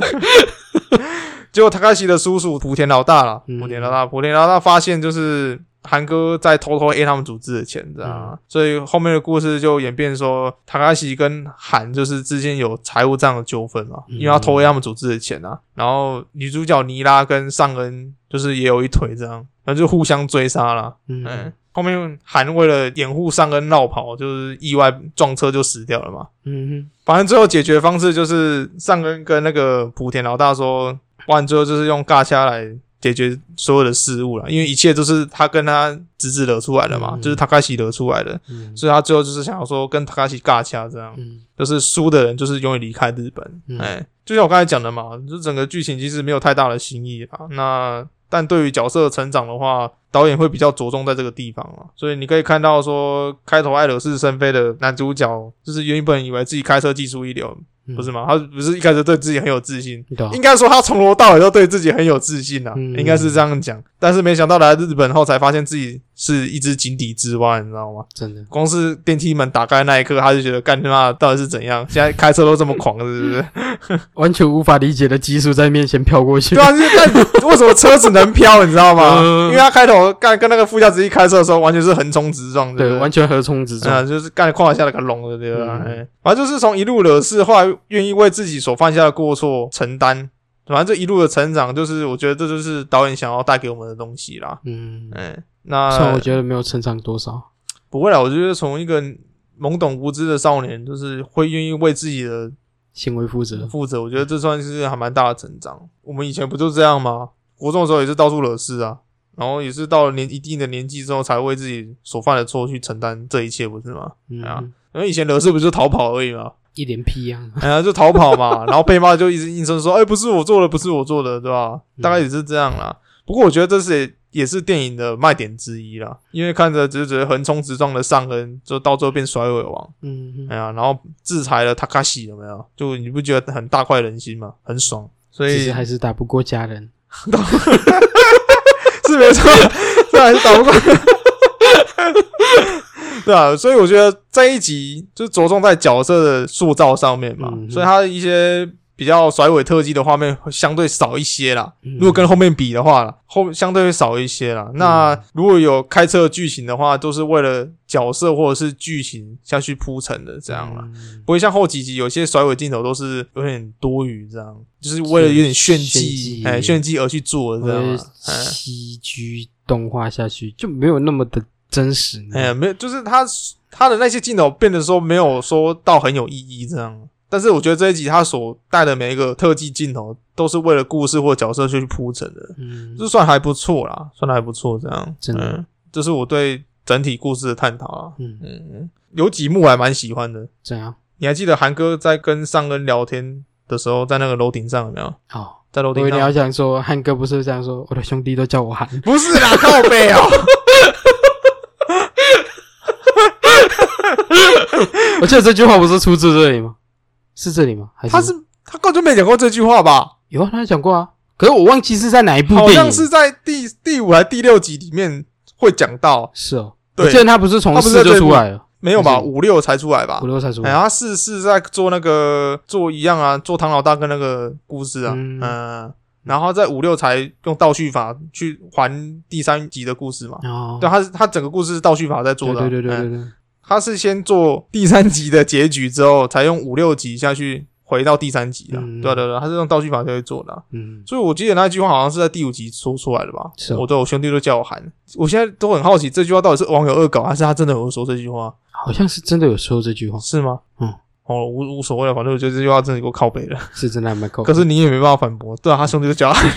[SPEAKER 2] 结果塔卡西的叔叔莆田老大啦，
[SPEAKER 3] 嗯
[SPEAKER 2] 莆田老大，莆田老大发现就是韩哥在偷偷 A 他们组织的钱，知道
[SPEAKER 3] 嗯
[SPEAKER 2] 吗？所以后面的故事就演变说，塔卡西跟韩就是之间有财务上的纠纷嘛，
[SPEAKER 3] 嗯
[SPEAKER 2] 因为他偷 A 他们组织的钱啊。然后女主角尼拉跟尚恩就是也有一腿这样，然后就互相追杀啦。嗯
[SPEAKER 3] 嗯，
[SPEAKER 2] 后面韩为了掩护尚恩绕跑，就是意外撞车就死掉了嘛。
[SPEAKER 3] 嗯
[SPEAKER 2] 反正最后解决方式就是上根跟那个莆田老大说，完之后就是用尬掐来解决所有的事物了，因为一切都是他跟他侄子惹出来的嘛，
[SPEAKER 3] 嗯
[SPEAKER 2] 就是塔卡西惹出来的，
[SPEAKER 3] 嗯
[SPEAKER 2] 所以他最后就是想要说跟塔卡西尬掐这样，
[SPEAKER 3] 嗯
[SPEAKER 2] 就是输的人就是永远离开日本。
[SPEAKER 3] 嗯
[SPEAKER 2] 哎、就像我刚才讲的嘛，就整个剧情其实没有太大的新意啦。那但对于角色的成长的话，导演会比较着重在这个地方啊。所以你可以看到说，开头爱惹是生非的男主角，就是原本以为自己开车技术一流，
[SPEAKER 3] 嗯
[SPEAKER 2] 不是吗？他不是一开始对自己很有自信。
[SPEAKER 3] 你懂啊
[SPEAKER 2] 应，该说他从头到尾都对自己很有自信啊，
[SPEAKER 3] 嗯
[SPEAKER 2] 应该是这样讲。但是没想到来日本后才发现自己是一只井底之蛙，你知道吗？
[SPEAKER 3] 真的，
[SPEAKER 2] 光是电梯门打开那一刻，他就觉得干他妈的到底是怎样？现在开车都这么狂，是不是？
[SPEAKER 3] 完全无法理解的技术在面前飘过去
[SPEAKER 2] 对，啊，就是但为什么车子能飘，你知道吗？
[SPEAKER 3] 嗯
[SPEAKER 2] 因为他开头干跟那个副驾驶一开车的时候，完全是横冲直撞，
[SPEAKER 3] 对，完
[SPEAKER 2] 全
[SPEAKER 3] 全横冲直
[SPEAKER 2] 啊、
[SPEAKER 3] 撞，
[SPEAKER 2] 就是干胯下那个龙的对吧？
[SPEAKER 3] 嗯
[SPEAKER 2] 哎反正就是从一路惹事，后来愿意为自己所犯下的过错承担，反正这一路的成长，就是我觉得这就是导演想要带给我们的东西啦。
[SPEAKER 3] 嗯，
[SPEAKER 2] 哎，
[SPEAKER 3] 虽然
[SPEAKER 2] 那
[SPEAKER 3] 我觉得没有成长多少，
[SPEAKER 2] 不会啦，我觉得从一个懵懂无知的少年，就是会愿意为自己的
[SPEAKER 3] 行为负责，
[SPEAKER 2] 负责，我觉得这算是还蛮大的成长。我们以前不就这样吗？国中的时候也是到处惹事啊，然后也是到了年一定的年纪之后，才为自己所犯的错去承担这一切，不是吗？啊
[SPEAKER 3] 嗯，
[SPEAKER 2] 因为以前惹事不就逃跑而已嘛，
[SPEAKER 3] 一脸屁样，
[SPEAKER 2] 哎呀，就逃跑嘛，然后被骂就一直硬生说，哎、不是我做的，不是我做的，对吧？
[SPEAKER 3] 嗯
[SPEAKER 2] 大概也是这样啦。不过我觉得这是也也是电影的卖点之一啦，因为看着直直横冲直撞的上恩，就到最后变甩尾王，
[SPEAKER 3] 嗯
[SPEAKER 2] 哎，呀，然后制裁了塔卡西有没有？就你不觉得很大快人心吗？很爽，所
[SPEAKER 3] 其
[SPEAKER 2] 以
[SPEAKER 3] 实还是打不过家人，
[SPEAKER 2] 是没 错，这还是打不过。 对啊，所以我觉得这一集就着重在角色的塑造上面嘛，
[SPEAKER 3] 嗯
[SPEAKER 2] 所以他的一些比较甩尾特技的画面会相对少一些啦。
[SPEAKER 3] 嗯
[SPEAKER 2] 如果跟后面比的话啦，后相对会少一些啦。那如果有开车的剧情的话，都是为了角色或者是剧情下去铺陈的这样啦。，
[SPEAKER 3] 嗯
[SPEAKER 2] 不会像后几集有些甩尾镜头都是有点多余，这样就是为了有点炫技，
[SPEAKER 3] 炫技
[SPEAKER 2] 哎，炫技而去做的这样
[SPEAKER 3] 我觉
[SPEAKER 2] 啊
[SPEAKER 3] 得，
[SPEAKER 2] 哎
[SPEAKER 3] ，CG 动画下去就没有那么的真实，
[SPEAKER 2] 哎呀，没有，就是他他的那些镜头变得说没有说到很有意义这样，但是我觉得这一集他所带的每一个特技镜头都是为了故事或角色去铺陈的，
[SPEAKER 3] 嗯，
[SPEAKER 2] 就算还不错啦，算还不错这样，
[SPEAKER 3] 真的
[SPEAKER 2] 嗯，这是我对整体故事的探讨啊，
[SPEAKER 3] 嗯，
[SPEAKER 2] 嗯，有几幕我还蛮喜欢的，
[SPEAKER 3] 怎样？
[SPEAKER 2] 你还记得韩哥在跟尚恩聊天的时候，在那个楼顶上有没有？
[SPEAKER 3] 好。
[SPEAKER 2] 在楼
[SPEAKER 3] 我
[SPEAKER 2] 顶
[SPEAKER 3] 一定要
[SPEAKER 2] 上？
[SPEAKER 3] 想说，汉哥不是这样说，我的兄弟都叫我汉，
[SPEAKER 2] 不是 啦，靠背
[SPEAKER 3] 啊
[SPEAKER 2] 哦、
[SPEAKER 3] 我记得这句话不是出自这里吗？是这里吗？还是
[SPEAKER 2] 他是他根本就没讲过这句话吧？
[SPEAKER 3] 有啊，他讲过啊，可是我忘记是在哪一部
[SPEAKER 2] 好
[SPEAKER 3] 电影，
[SPEAKER 2] 像是在第第五还第六集里面会讲到，
[SPEAKER 3] 是哦，
[SPEAKER 2] 对
[SPEAKER 3] 我记得他不是从
[SPEAKER 2] 他不是
[SPEAKER 3] 四
[SPEAKER 2] 在
[SPEAKER 3] 就
[SPEAKER 2] 这部
[SPEAKER 3] 出来了，
[SPEAKER 2] 没有吧？
[SPEAKER 3] 还是
[SPEAKER 2] 五六才出来吧
[SPEAKER 3] 五？六才出
[SPEAKER 2] 哎，
[SPEAKER 3] 来，
[SPEAKER 2] 他是是在做那个做一样啊，做唐老大跟那个故事啊，
[SPEAKER 3] 嗯
[SPEAKER 2] 嗯、然后在五六才用倒叙法去还第三集的故事嘛。
[SPEAKER 3] 哦，
[SPEAKER 2] 对，他是他整个故事是倒叙法在做的啊、
[SPEAKER 3] 对对对
[SPEAKER 2] 哎
[SPEAKER 3] 对对对，
[SPEAKER 2] 他是先做第三集的结局之后，才用五六集下去回到第三集的、
[SPEAKER 3] 嗯
[SPEAKER 2] 对啊对啊对啊，他是用倒叙法才会做的啊、
[SPEAKER 3] 嗯，
[SPEAKER 2] 所以我记得那句话好像是在第五集说出来的吧？
[SPEAKER 3] 是哦
[SPEAKER 2] 我对我兄弟都叫我喊，我现在都很好奇这句话到底是网友恶搞，还是他真的有说这句话？
[SPEAKER 3] 好像是真的有说这句话，
[SPEAKER 2] 是吗？
[SPEAKER 3] 嗯，
[SPEAKER 2] 哦，无无所谓了，反正我觉得这句话真的给我靠背了。
[SPEAKER 3] 是真的还蛮高。
[SPEAKER 2] 可是你也没办法反驳，对啊，他兄弟就叫 他喊。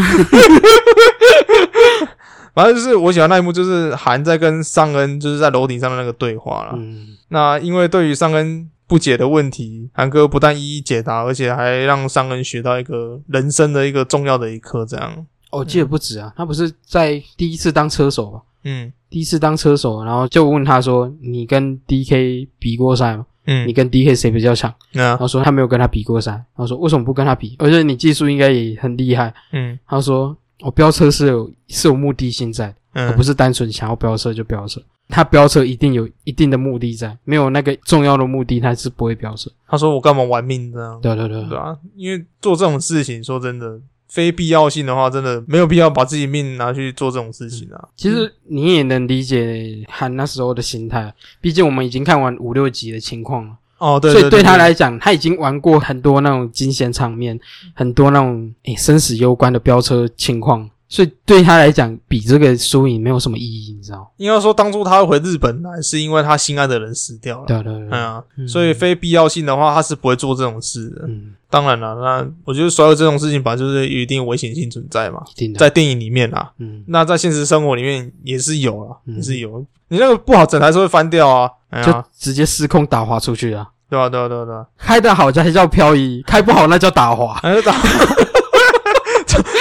[SPEAKER 2] 反正就是我喜欢那一幕，就是韩在跟尚恩就是在楼顶上的那个对话啦。
[SPEAKER 3] 嗯，
[SPEAKER 2] 那因为对于尚恩不解的问题，韩哥不但一一解答，而且还让尚恩学到一个人生的一个重要的一课。这样，
[SPEAKER 3] 哦，我记得不止啊，他不是在第一次当车手吧？
[SPEAKER 2] 嗯
[SPEAKER 3] 第一次当车手，然后就问他说：“你跟 DK 比过赛吗？
[SPEAKER 2] 嗯
[SPEAKER 3] 你，跟 DK 谁比较强？”
[SPEAKER 2] 那
[SPEAKER 3] 然后说他没有跟他比过赛，然后说为什么不跟他比？而且你技术应该也很厉害。
[SPEAKER 2] 嗯
[SPEAKER 3] 他说我飙车是有是有目的性在的，
[SPEAKER 2] 嗯
[SPEAKER 3] 我不是单纯想要飙车就飙车。他飙车一定有一定的目的在，没有那个重要的目的，他是不会飙车。
[SPEAKER 2] 他说我干嘛玩命这样？
[SPEAKER 3] 对对对，
[SPEAKER 2] 对啊，因为做这种事情，说真的，非必要性的话，真的没有必要把自己命拿去做这种事情啊。
[SPEAKER 3] 其实你也能理解韩那时候的心态，毕竟我们已经看完五六集的情况了，
[SPEAKER 2] 哦，对，
[SPEAKER 3] 所以对他来讲，他已经玩过很多那种惊险场面，很多那种诶生死攸关的飙车情况，所以对他来讲，比这个输赢没有什么意义，你知道吗？
[SPEAKER 2] 应该说当初他回日本来，是因为他心爱的人死掉了。
[SPEAKER 3] 对对对
[SPEAKER 2] 嗯
[SPEAKER 3] 对，
[SPEAKER 2] 啊，
[SPEAKER 3] 嗯
[SPEAKER 2] 所以非必要性的话，他是不会做这种事的。
[SPEAKER 3] 嗯，
[SPEAKER 2] 当然了，那我觉得所有这种事情，本来就是有一定危险性存在嘛，
[SPEAKER 3] 一定的，
[SPEAKER 2] 在电影里面啊，
[SPEAKER 3] 嗯，
[SPEAKER 2] 那在现实生活里面也是有啊，
[SPEAKER 3] 嗯
[SPEAKER 2] 也是有。你那个不好整台是会翻掉啊，哎
[SPEAKER 3] 就
[SPEAKER 2] 呀，
[SPEAKER 3] 直接失控打滑出去啊！
[SPEAKER 2] 对啊，对啊，对啊，对啊，
[SPEAKER 3] 开得好才叫漂移，开不好那叫打滑，
[SPEAKER 2] 还是打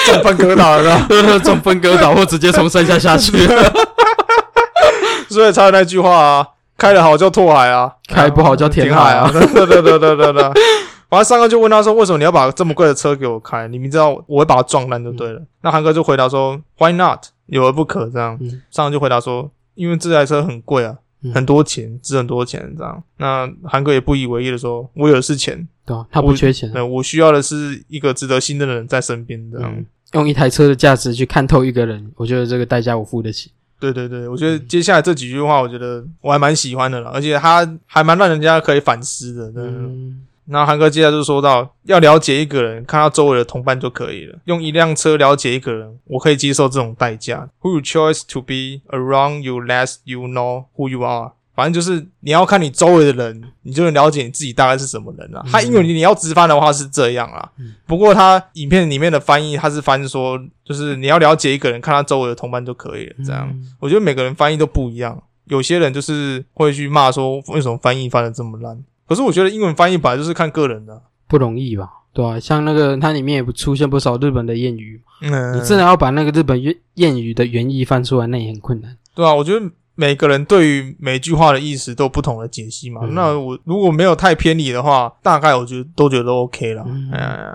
[SPEAKER 2] 撞翻疙瘩了是吧？
[SPEAKER 3] 中分割倒或直接从山下下去，
[SPEAKER 2] 所以才有那句话啊，开得好叫拓海啊，
[SPEAKER 3] 开不好叫填
[SPEAKER 2] 填
[SPEAKER 3] 海
[SPEAKER 2] 海
[SPEAKER 3] 啊
[SPEAKER 2] 啊。 对对对对对对对。然后上哥就问他说：“为什么你要把这么贵的车给我开？你明知道我会把它撞烂就对
[SPEAKER 3] 嗯
[SPEAKER 2] 了。那韩哥就回答说：“Why not？有而不可。”这样，
[SPEAKER 3] 嗯
[SPEAKER 2] 上哥就回答说：“因为这台车很贵啊
[SPEAKER 3] 嗯，
[SPEAKER 2] 很多钱，值很多钱。”这样，那韩哥也不以为意的说：“我有的是钱，
[SPEAKER 3] 对啊，他不缺钱啊，
[SPEAKER 2] 那我需要的是一个值得信任的人在身边。”这样，
[SPEAKER 3] 嗯，用一台车的价值去看透一个人，我觉得这个代价我付得起。
[SPEAKER 2] 对对对，我觉得
[SPEAKER 3] 嗯
[SPEAKER 2] 接下来这几句话，我觉得我还蛮喜欢的啦，而且他还蛮让人家可以反思的。对对对
[SPEAKER 3] 嗯，
[SPEAKER 2] 那韩哥接下来就说到，要了解一个人，看他周围的同伴就可以了。用一辆车了解一个人，我可以接受这种代价。Who you choose to be around you less you know who you are。反正就是你要看你周围的人，你就能了解你自己大概是什么人
[SPEAKER 3] 嗯
[SPEAKER 2] 了、啊。他英文你要直翻的话是这样啦，不过他影片里面的翻译他是翻说，就是你要了解一个人，看他周围的同伴就可以了。这样，
[SPEAKER 3] 嗯
[SPEAKER 2] 我觉得每个人翻译都不一样，有些人就是会去骂说为什么翻译翻的这么烂。可是我觉得英文翻译本来就是看个人的啊、
[SPEAKER 3] 不容易吧？对啊，像那个它里面也不出现不少日本的谚语，
[SPEAKER 2] 嗯
[SPEAKER 3] 你真的要把那个日本谚谚语的原意翻出来，那也很困难。
[SPEAKER 2] 对啊，我觉得每个人对于每句话的意思都有不同的解析嘛。
[SPEAKER 3] 嗯
[SPEAKER 2] 那我如果没有太偏离的话，大概我觉得都觉得都 OK 了。
[SPEAKER 3] 嗯
[SPEAKER 2] 嗯。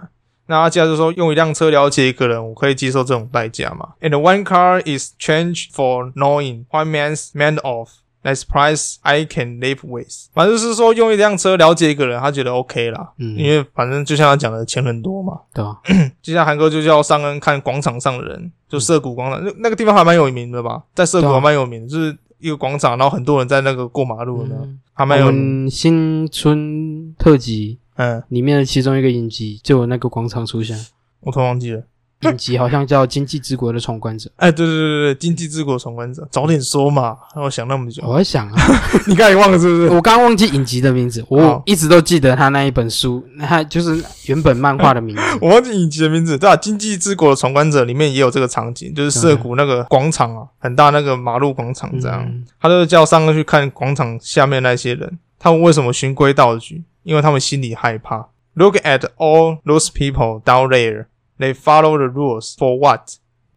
[SPEAKER 2] 那阿基拉就说，用一辆车了解一个人，我可以接受这种代价嘛？And one car is change for knowing one man's man of. That's price I can live with。反正就是说，用一辆车了解一个人，他觉得 OK 啦，
[SPEAKER 3] 嗯，
[SPEAKER 2] 因为反正就像他讲的，钱很多嘛。
[SPEAKER 3] 对啊，
[SPEAKER 2] 接下来韩哥就叫尚恩看广场上的人，就涩谷广场，那那个地方还蛮有名的吧，在涩谷
[SPEAKER 3] 对啊
[SPEAKER 2] 还蛮有名的，就是一个广场，然后很多人在那个过马路呢，
[SPEAKER 3] 嗯
[SPEAKER 2] 还蛮有
[SPEAKER 3] 我
[SPEAKER 2] 名。
[SPEAKER 3] 们新春特辑
[SPEAKER 2] 嗯，
[SPEAKER 3] 里面的其中一个影集就有那个广场出现，
[SPEAKER 2] 我突然忘记了。
[SPEAKER 3] 影集好像叫《经济之国的闯 关者
[SPEAKER 2] 哎，对对对对，经济之国闯关者，早点说嘛，让我想那么》。久。
[SPEAKER 3] 我在想啊，
[SPEAKER 2] 哦 你刚才忘了是不是？
[SPEAKER 3] 我刚刚忘记影集的名字，我
[SPEAKER 2] 好
[SPEAKER 3] 一直都记得他那一本书，他就是原本漫画的名字。
[SPEAKER 2] 我忘记影集的名字，对啊，《经济之国的闯关者》里面也有这个场景，就是涩谷那个广场啊，很大那个马路广场这样。
[SPEAKER 3] 嗯
[SPEAKER 2] 他就叫上哥去看广场下面那些人，他们为什么循规蹈矩？因为他们心里害怕。Look at all those people down there. They follow the rules for what?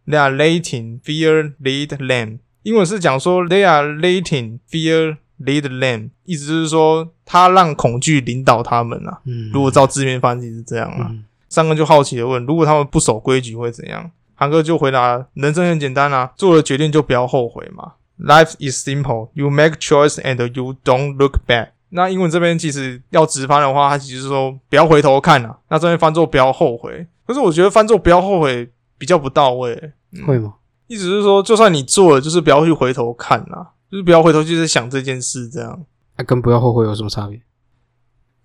[SPEAKER 2] They are letting fear lead them. 英文是讲说 they are letting fear lead them，意思就是说他让恐惧领导他们啊。
[SPEAKER 3] 嗯，
[SPEAKER 2] 如果照字面翻译是这样啊。
[SPEAKER 3] 嗯
[SPEAKER 2] 上哥就好奇的问：“如果他们不守规矩会怎样？”韩哥就回答：“人生很简单啊，做了决定就不要后悔嘛。 Life is simple. You make choice and you don't look back. 那英文这边其实要直翻的话，它其实是说不要回头看啊。那这边翻作不要后悔。可是我觉得翻作不要后悔比较不到位，
[SPEAKER 3] 会吗？
[SPEAKER 2] 意思是说，就算你做了，就是不要去回头看啦，就是不要回头去在想这件事这样。
[SPEAKER 3] 那、跟不要后悔有什么差别？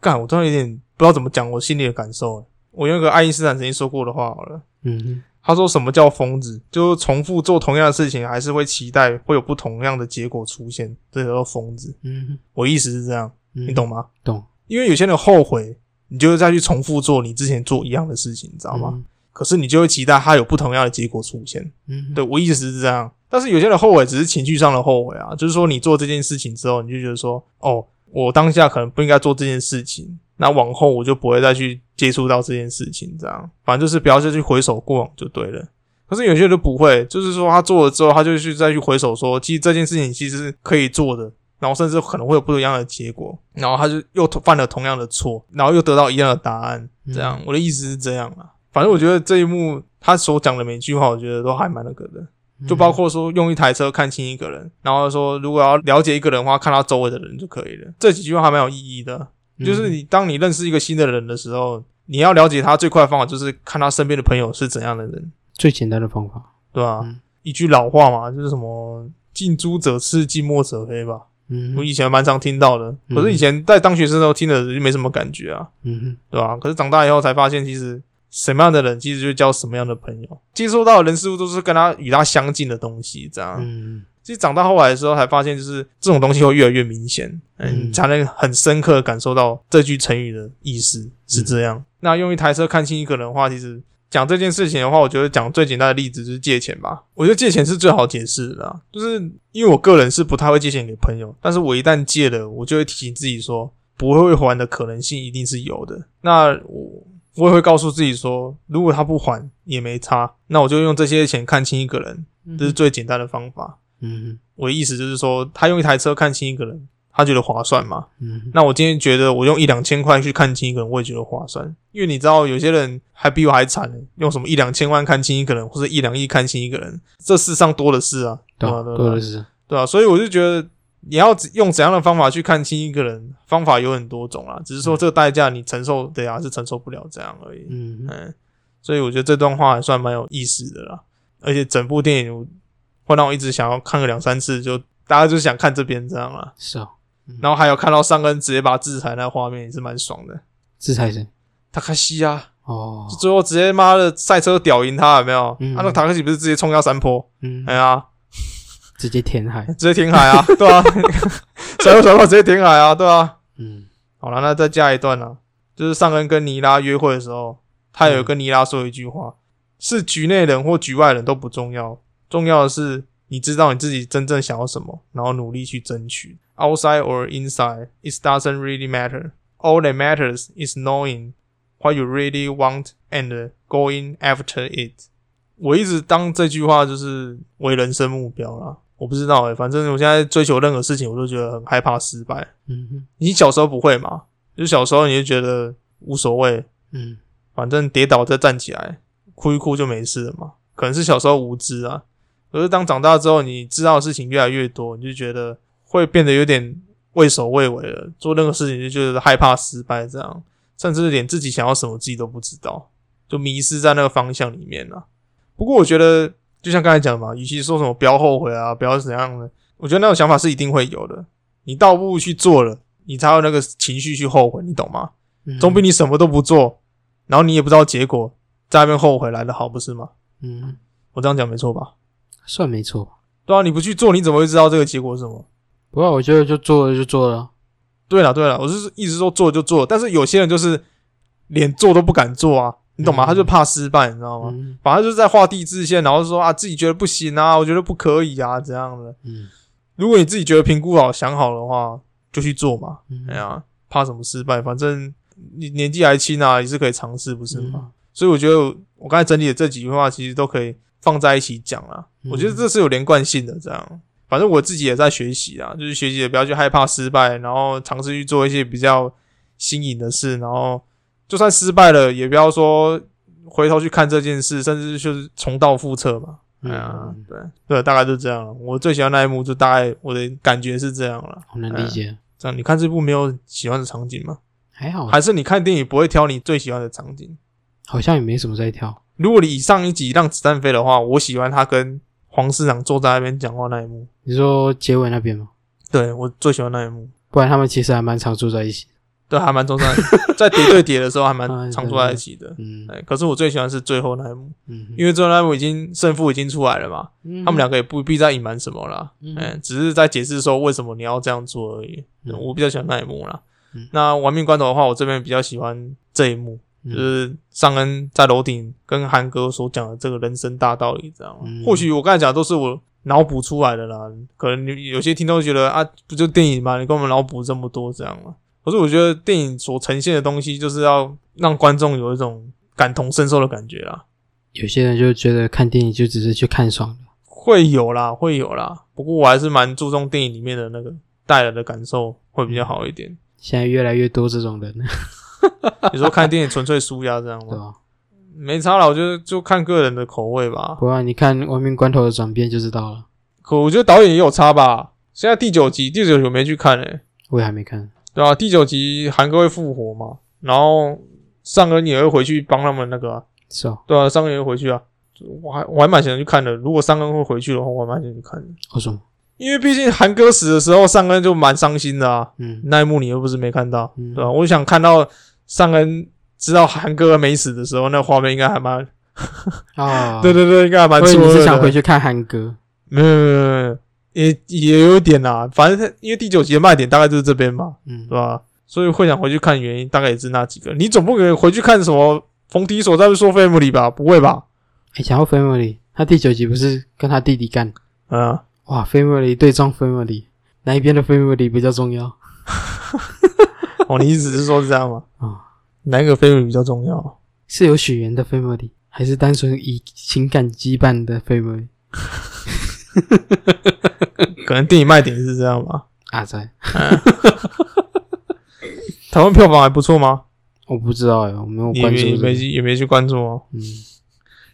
[SPEAKER 2] 干，我突然有点不知道怎么讲我心里的感受。欸我用一个爱因斯坦曾经说过的话好了。
[SPEAKER 3] 嗯，
[SPEAKER 2] 他说什么叫疯子？就是重复做同样的事情，还是会期待会有不同样的结果出现，这叫做疯子。
[SPEAKER 3] 嗯，
[SPEAKER 2] 我意思是这样，你
[SPEAKER 3] 你
[SPEAKER 2] 懂？吗？
[SPEAKER 3] 嗯懂，
[SPEAKER 2] 因为有些人后悔，你就是再去重复做你之前做一样的事情，你知道吗？？可是你就会期待它有不同样的结果出现。
[SPEAKER 3] 嗯，
[SPEAKER 2] 对我意思是这样，但是有些人后悔只是情绪上的后悔啊，就是说你做这件事情之后，你就觉得说，哦，我当下可能不应该做这件事情，那往后我就不会再去接触到这件事情，这样，反正就是不要再去回首过往就对了。可是有些人就不会，就是说他做了之后，他就去再去回首说，其实这件事情其实是可以做的，然后甚至可能会有不一样的结果，然后他就又犯了同样的错，然后又得到一样的答案，
[SPEAKER 3] 嗯
[SPEAKER 2] 这样，我的意思是这样啊。反正我觉得这一幕他所讲的每句话，我觉得都还蛮那个的。
[SPEAKER 3] 嗯
[SPEAKER 2] 就包括说用一台车看清一个人，然后说如果要了解一个人的话，看他周围的人就可以了。这几句话还蛮有意义的，
[SPEAKER 3] 嗯
[SPEAKER 2] 就是你当你认识一个新的人的时候，你要了解他最快的方法就是看他身边的朋友是怎样的人，
[SPEAKER 3] 最简单的方法。
[SPEAKER 2] 对吧、
[SPEAKER 3] 嗯
[SPEAKER 2] 一句老话嘛，就是什么“近朱者赤，近墨者黑”吧，
[SPEAKER 3] 嗯
[SPEAKER 2] 我以前蛮常听到的。可是以前在当学生的时候听的就没什么感觉啊，
[SPEAKER 3] 嗯
[SPEAKER 2] 对吧、可是长大以后才发现，其实什么样的人，其实就交什么样的朋友，接触到的人事物都是跟他与他相近的东西，这样。
[SPEAKER 3] 嗯
[SPEAKER 2] 其实长大后来的时候才发现，就是这种东西会越来越明显，嗯，
[SPEAKER 3] 嗯
[SPEAKER 2] 你才能很深刻地感受到这句成语的意思
[SPEAKER 3] 嗯
[SPEAKER 2] 是这样。那用一台车看清一个人的话，其实讲这件事情的话，我觉得讲最简单的例子就是借钱吧。我觉得借钱是最好解释的啦，就是因为我个人是不太会借钱给朋友，但是我一旦借了，我就会提醒自己说，不会还的可能性一定是有的。那我我也会告诉自己说，如果他不还也没差，那我就用这些钱看清一个人，
[SPEAKER 3] 嗯，
[SPEAKER 2] 这是最简单的方法。
[SPEAKER 3] 嗯
[SPEAKER 2] 我的意思就是说，他用一台车看清一个人，他觉得划算嘛？
[SPEAKER 3] 嗯
[SPEAKER 2] 那我今天觉得我用一两千块去看清一个人，我也觉得划算，因为你知道有些人还比我还惨，欸用什么一两千万看清一个人，或者一两亿看清一个人，这世上多的是啊，对吧、
[SPEAKER 3] 懂，
[SPEAKER 2] 对吧
[SPEAKER 3] 多的是。
[SPEAKER 2] 对啊，所以我就觉得你要用怎样的方法去看清一个人，方法有很多种啦，只是说这个代价你承受的呀、是承受不了这样而已。
[SPEAKER 3] 嗯
[SPEAKER 2] 嗯，所以我觉得这段话还算蛮有意思的啦。而且整部电影会让我一直想要看个两三次，就大家就想看这边这样啦。
[SPEAKER 3] 是哦，
[SPEAKER 2] 然后还有看到上恩直接把制裁那画面也是蛮爽的。
[SPEAKER 3] 制裁谁？
[SPEAKER 2] 塔卡西啊，
[SPEAKER 3] 哦，
[SPEAKER 2] 最后直接妈的赛车屌赢他有没有？
[SPEAKER 3] 嗯
[SPEAKER 2] 啊，那塔卡西不是直接冲下山坡？
[SPEAKER 3] 嗯
[SPEAKER 2] 哎，呀，
[SPEAKER 3] 直接填 海。
[SPEAKER 2] 直接停海啊，对啊， 甩头甩到直接停海啊，对啊。
[SPEAKER 3] 嗯
[SPEAKER 2] 好了，那再加一段啦，就是上恩跟尼拉约会的时候，他有跟尼拉说一句话：是局内人或局外人都不重要，重要的是你知道你自己真正想要什么，然后努力去争取。Outside or inside, it doesn't really matter. All that matters is knowing what you really want and going after it. 我一直当这句话就是为人生目标啦。我不知道诶、反正我现在追求任何事情，我都觉得很害怕失败。
[SPEAKER 3] 嗯
[SPEAKER 2] 你小时候不会嘛？就小时候你就觉得无所谓，
[SPEAKER 3] 嗯
[SPEAKER 2] 反正跌倒再站起来，哭一哭就没事了嘛。可能是小时候无知啊，可是当长大之后，你知道的事情越来越多，你就觉得会变得有点畏首畏尾了。做任何事情就觉得害怕失败，这样甚至连自己想要什么自己都不知道，就迷失在那个方向里面了。不过我觉得，就像刚才讲的嘛，与其说什么不要后悔啊，不要怎样的，我觉得那种想法是一定会有的。你倒不如去做了，你才有那个情绪去后悔，你懂吗？
[SPEAKER 3] 嗯，
[SPEAKER 2] 总比你什么都不做，然后你也不知道结果，在那边后悔来的好，不是吗？
[SPEAKER 3] 嗯
[SPEAKER 2] 我这样讲没错吧？
[SPEAKER 3] 算没错吧。
[SPEAKER 2] 对啊，你不去做，你怎么会知道这个结果是什么？
[SPEAKER 3] 不过我觉得就做了就做了。
[SPEAKER 2] 对了对了，我是一直说做就做，但是有些人就是连做都不敢做啊，你懂吗？
[SPEAKER 3] 嗯
[SPEAKER 2] 他就怕失败，你知道吗？
[SPEAKER 3] 嗯
[SPEAKER 2] 反正就是在画地自限，然后说啊自己觉得不行啊，我觉得不可以啊，怎样的？
[SPEAKER 3] 嗯，
[SPEAKER 2] 如果你自己觉得评估好、想好的话，就去做嘛。哎
[SPEAKER 3] 呀，
[SPEAKER 2] 呀，怕什么失败？反正你年纪还轻啊，也是可以尝试，不是吗？
[SPEAKER 3] 嗯
[SPEAKER 2] 所以我觉得我刚才整理的这几句话，其实都可以放在一起讲啦。
[SPEAKER 3] 嗯
[SPEAKER 2] 我觉得这是有连贯性的，这样。反正我自己也在学习啊，就是学习也不要去害怕失败，然后尝试去做一些比较新颖的事，然后就算失败了，也不要说回头去看这件事，甚至就是重蹈覆辙嘛。哎呀
[SPEAKER 3] 嗯，
[SPEAKER 2] 对对，大概就这样了。我最喜欢那一幕，就大概我的感觉是这样了。
[SPEAKER 3] 好难理解，
[SPEAKER 2] 这样，你看这部没有喜欢的场景吗？
[SPEAKER 3] 还好，
[SPEAKER 2] 还是你看电影不会挑你最喜欢的场景？
[SPEAKER 3] 好像也没什么在跳。
[SPEAKER 2] 如果你以上一集让子弹飞的话，我喜欢他跟黄市长坐在那边讲话那一幕，
[SPEAKER 3] 你说结尾那边吗？
[SPEAKER 2] 对我最喜欢那一幕，
[SPEAKER 3] 不然他们其实还蛮常住在一起。
[SPEAKER 2] 对，还蛮中在 在叠对叠的时候还蛮
[SPEAKER 3] 哎
[SPEAKER 2] 常
[SPEAKER 3] 对
[SPEAKER 2] 坐在一起的。
[SPEAKER 3] 嗯
[SPEAKER 2] 哎，可是我最喜欢是最后那一幕，
[SPEAKER 3] 嗯，
[SPEAKER 2] 因为最后那一幕已经胜负已经出来了嘛，
[SPEAKER 3] 为
[SPEAKER 2] 他们两个也不必再隐瞒什么了，
[SPEAKER 3] 嗯
[SPEAKER 2] 哎，只是在解释说为什么你要这样做而已。
[SPEAKER 3] 嗯
[SPEAKER 2] 我比较喜欢那一幕啦。
[SPEAKER 3] 嗯
[SPEAKER 2] 那亡命关头的话，我这边比较喜欢这一幕，就
[SPEAKER 3] 嗯
[SPEAKER 2] 是尚恩在楼顶跟韩哥所讲的这个人生大道理，知道吗？
[SPEAKER 3] 嗯
[SPEAKER 2] 或许我刚才讲的都是我脑补出来的啦，可能你有些听众觉得啊，不就电影嘛，你跟我们脑补这么多这样嘛。可是我觉得电影所呈现的东西，就是要让观众有一种感同身受的感觉啦，
[SPEAKER 3] 有些人就觉得看电影就只是去看爽的。
[SPEAKER 2] 会有啦，会有啦。不过我还是蛮注重电影里面的那个带来的感受会比较好一点。
[SPEAKER 3] 现在越来越多这种人，
[SPEAKER 2] 啊你说看电影纯粹舒压这样
[SPEAKER 3] 对
[SPEAKER 2] 吗？
[SPEAKER 3] 吧？
[SPEAKER 2] 没差啦，我觉得就看个人的口味吧。
[SPEAKER 3] 不然你看亡命关头的转变就知道了。
[SPEAKER 2] 可我觉得导演也有差吧。现在第九集，第九集我没去看诶、
[SPEAKER 3] 我也还没看，
[SPEAKER 2] 对啊，第九集韩哥会复活嘛，然后尚恩也会回去帮他们那个、啊，
[SPEAKER 3] 是哦，
[SPEAKER 2] 对啊，尚恩也会回去啊。我还我还蛮想去看的，如果尚恩会回去的话，我还蛮想去看的，
[SPEAKER 3] 为什么？
[SPEAKER 2] 因为毕竟韩哥死的时候，尚恩就蛮伤心的啊。
[SPEAKER 3] 嗯
[SPEAKER 2] 那一幕你又不是没看到，
[SPEAKER 3] 嗯
[SPEAKER 2] 对吧、啊我想看到尚恩知道韩哥没死的时候，那画面应该还蛮，
[SPEAKER 3] 啊，
[SPEAKER 2] 对对对，应该还蛮
[SPEAKER 3] 我以
[SPEAKER 2] 错
[SPEAKER 3] 为你
[SPEAKER 2] 愕
[SPEAKER 3] 是
[SPEAKER 2] 的。
[SPEAKER 3] 想回去看韩哥，
[SPEAKER 2] 没有没有没有没有，也也有一点啦。反正它因为第九集的卖点大概就是这边嘛，
[SPEAKER 3] 嗯
[SPEAKER 2] 对，啊吧？所以会想回去看原因大概也是那几个。你总不可能回去看什么《逢敌手再去说 Family》吧？不会吧？
[SPEAKER 3] 哎，讲到 Family，他第九集不是跟他弟弟干？
[SPEAKER 2] 嗯，
[SPEAKER 3] 哇，Family 对撞 Family，哪一边的 Family 比较重要？
[SPEAKER 2] 哦，你意思是说是这样吗？
[SPEAKER 3] 啊
[SPEAKER 2] 哪一个 Family 比较重要？
[SPEAKER 3] 是有血缘的 Family，还是单纯以情感羁绊的 Family？
[SPEAKER 2] 可能电影卖点是这样吧。
[SPEAKER 3] 啊，在
[SPEAKER 2] 台湾票房还不错吗？
[SPEAKER 3] 我不知道哎，我没有
[SPEAKER 2] 你也
[SPEAKER 3] 关
[SPEAKER 2] 没
[SPEAKER 3] 注
[SPEAKER 2] 也
[SPEAKER 3] 这
[SPEAKER 2] 没
[SPEAKER 3] 个。
[SPEAKER 2] 也没去关注哦，
[SPEAKER 3] 嗯，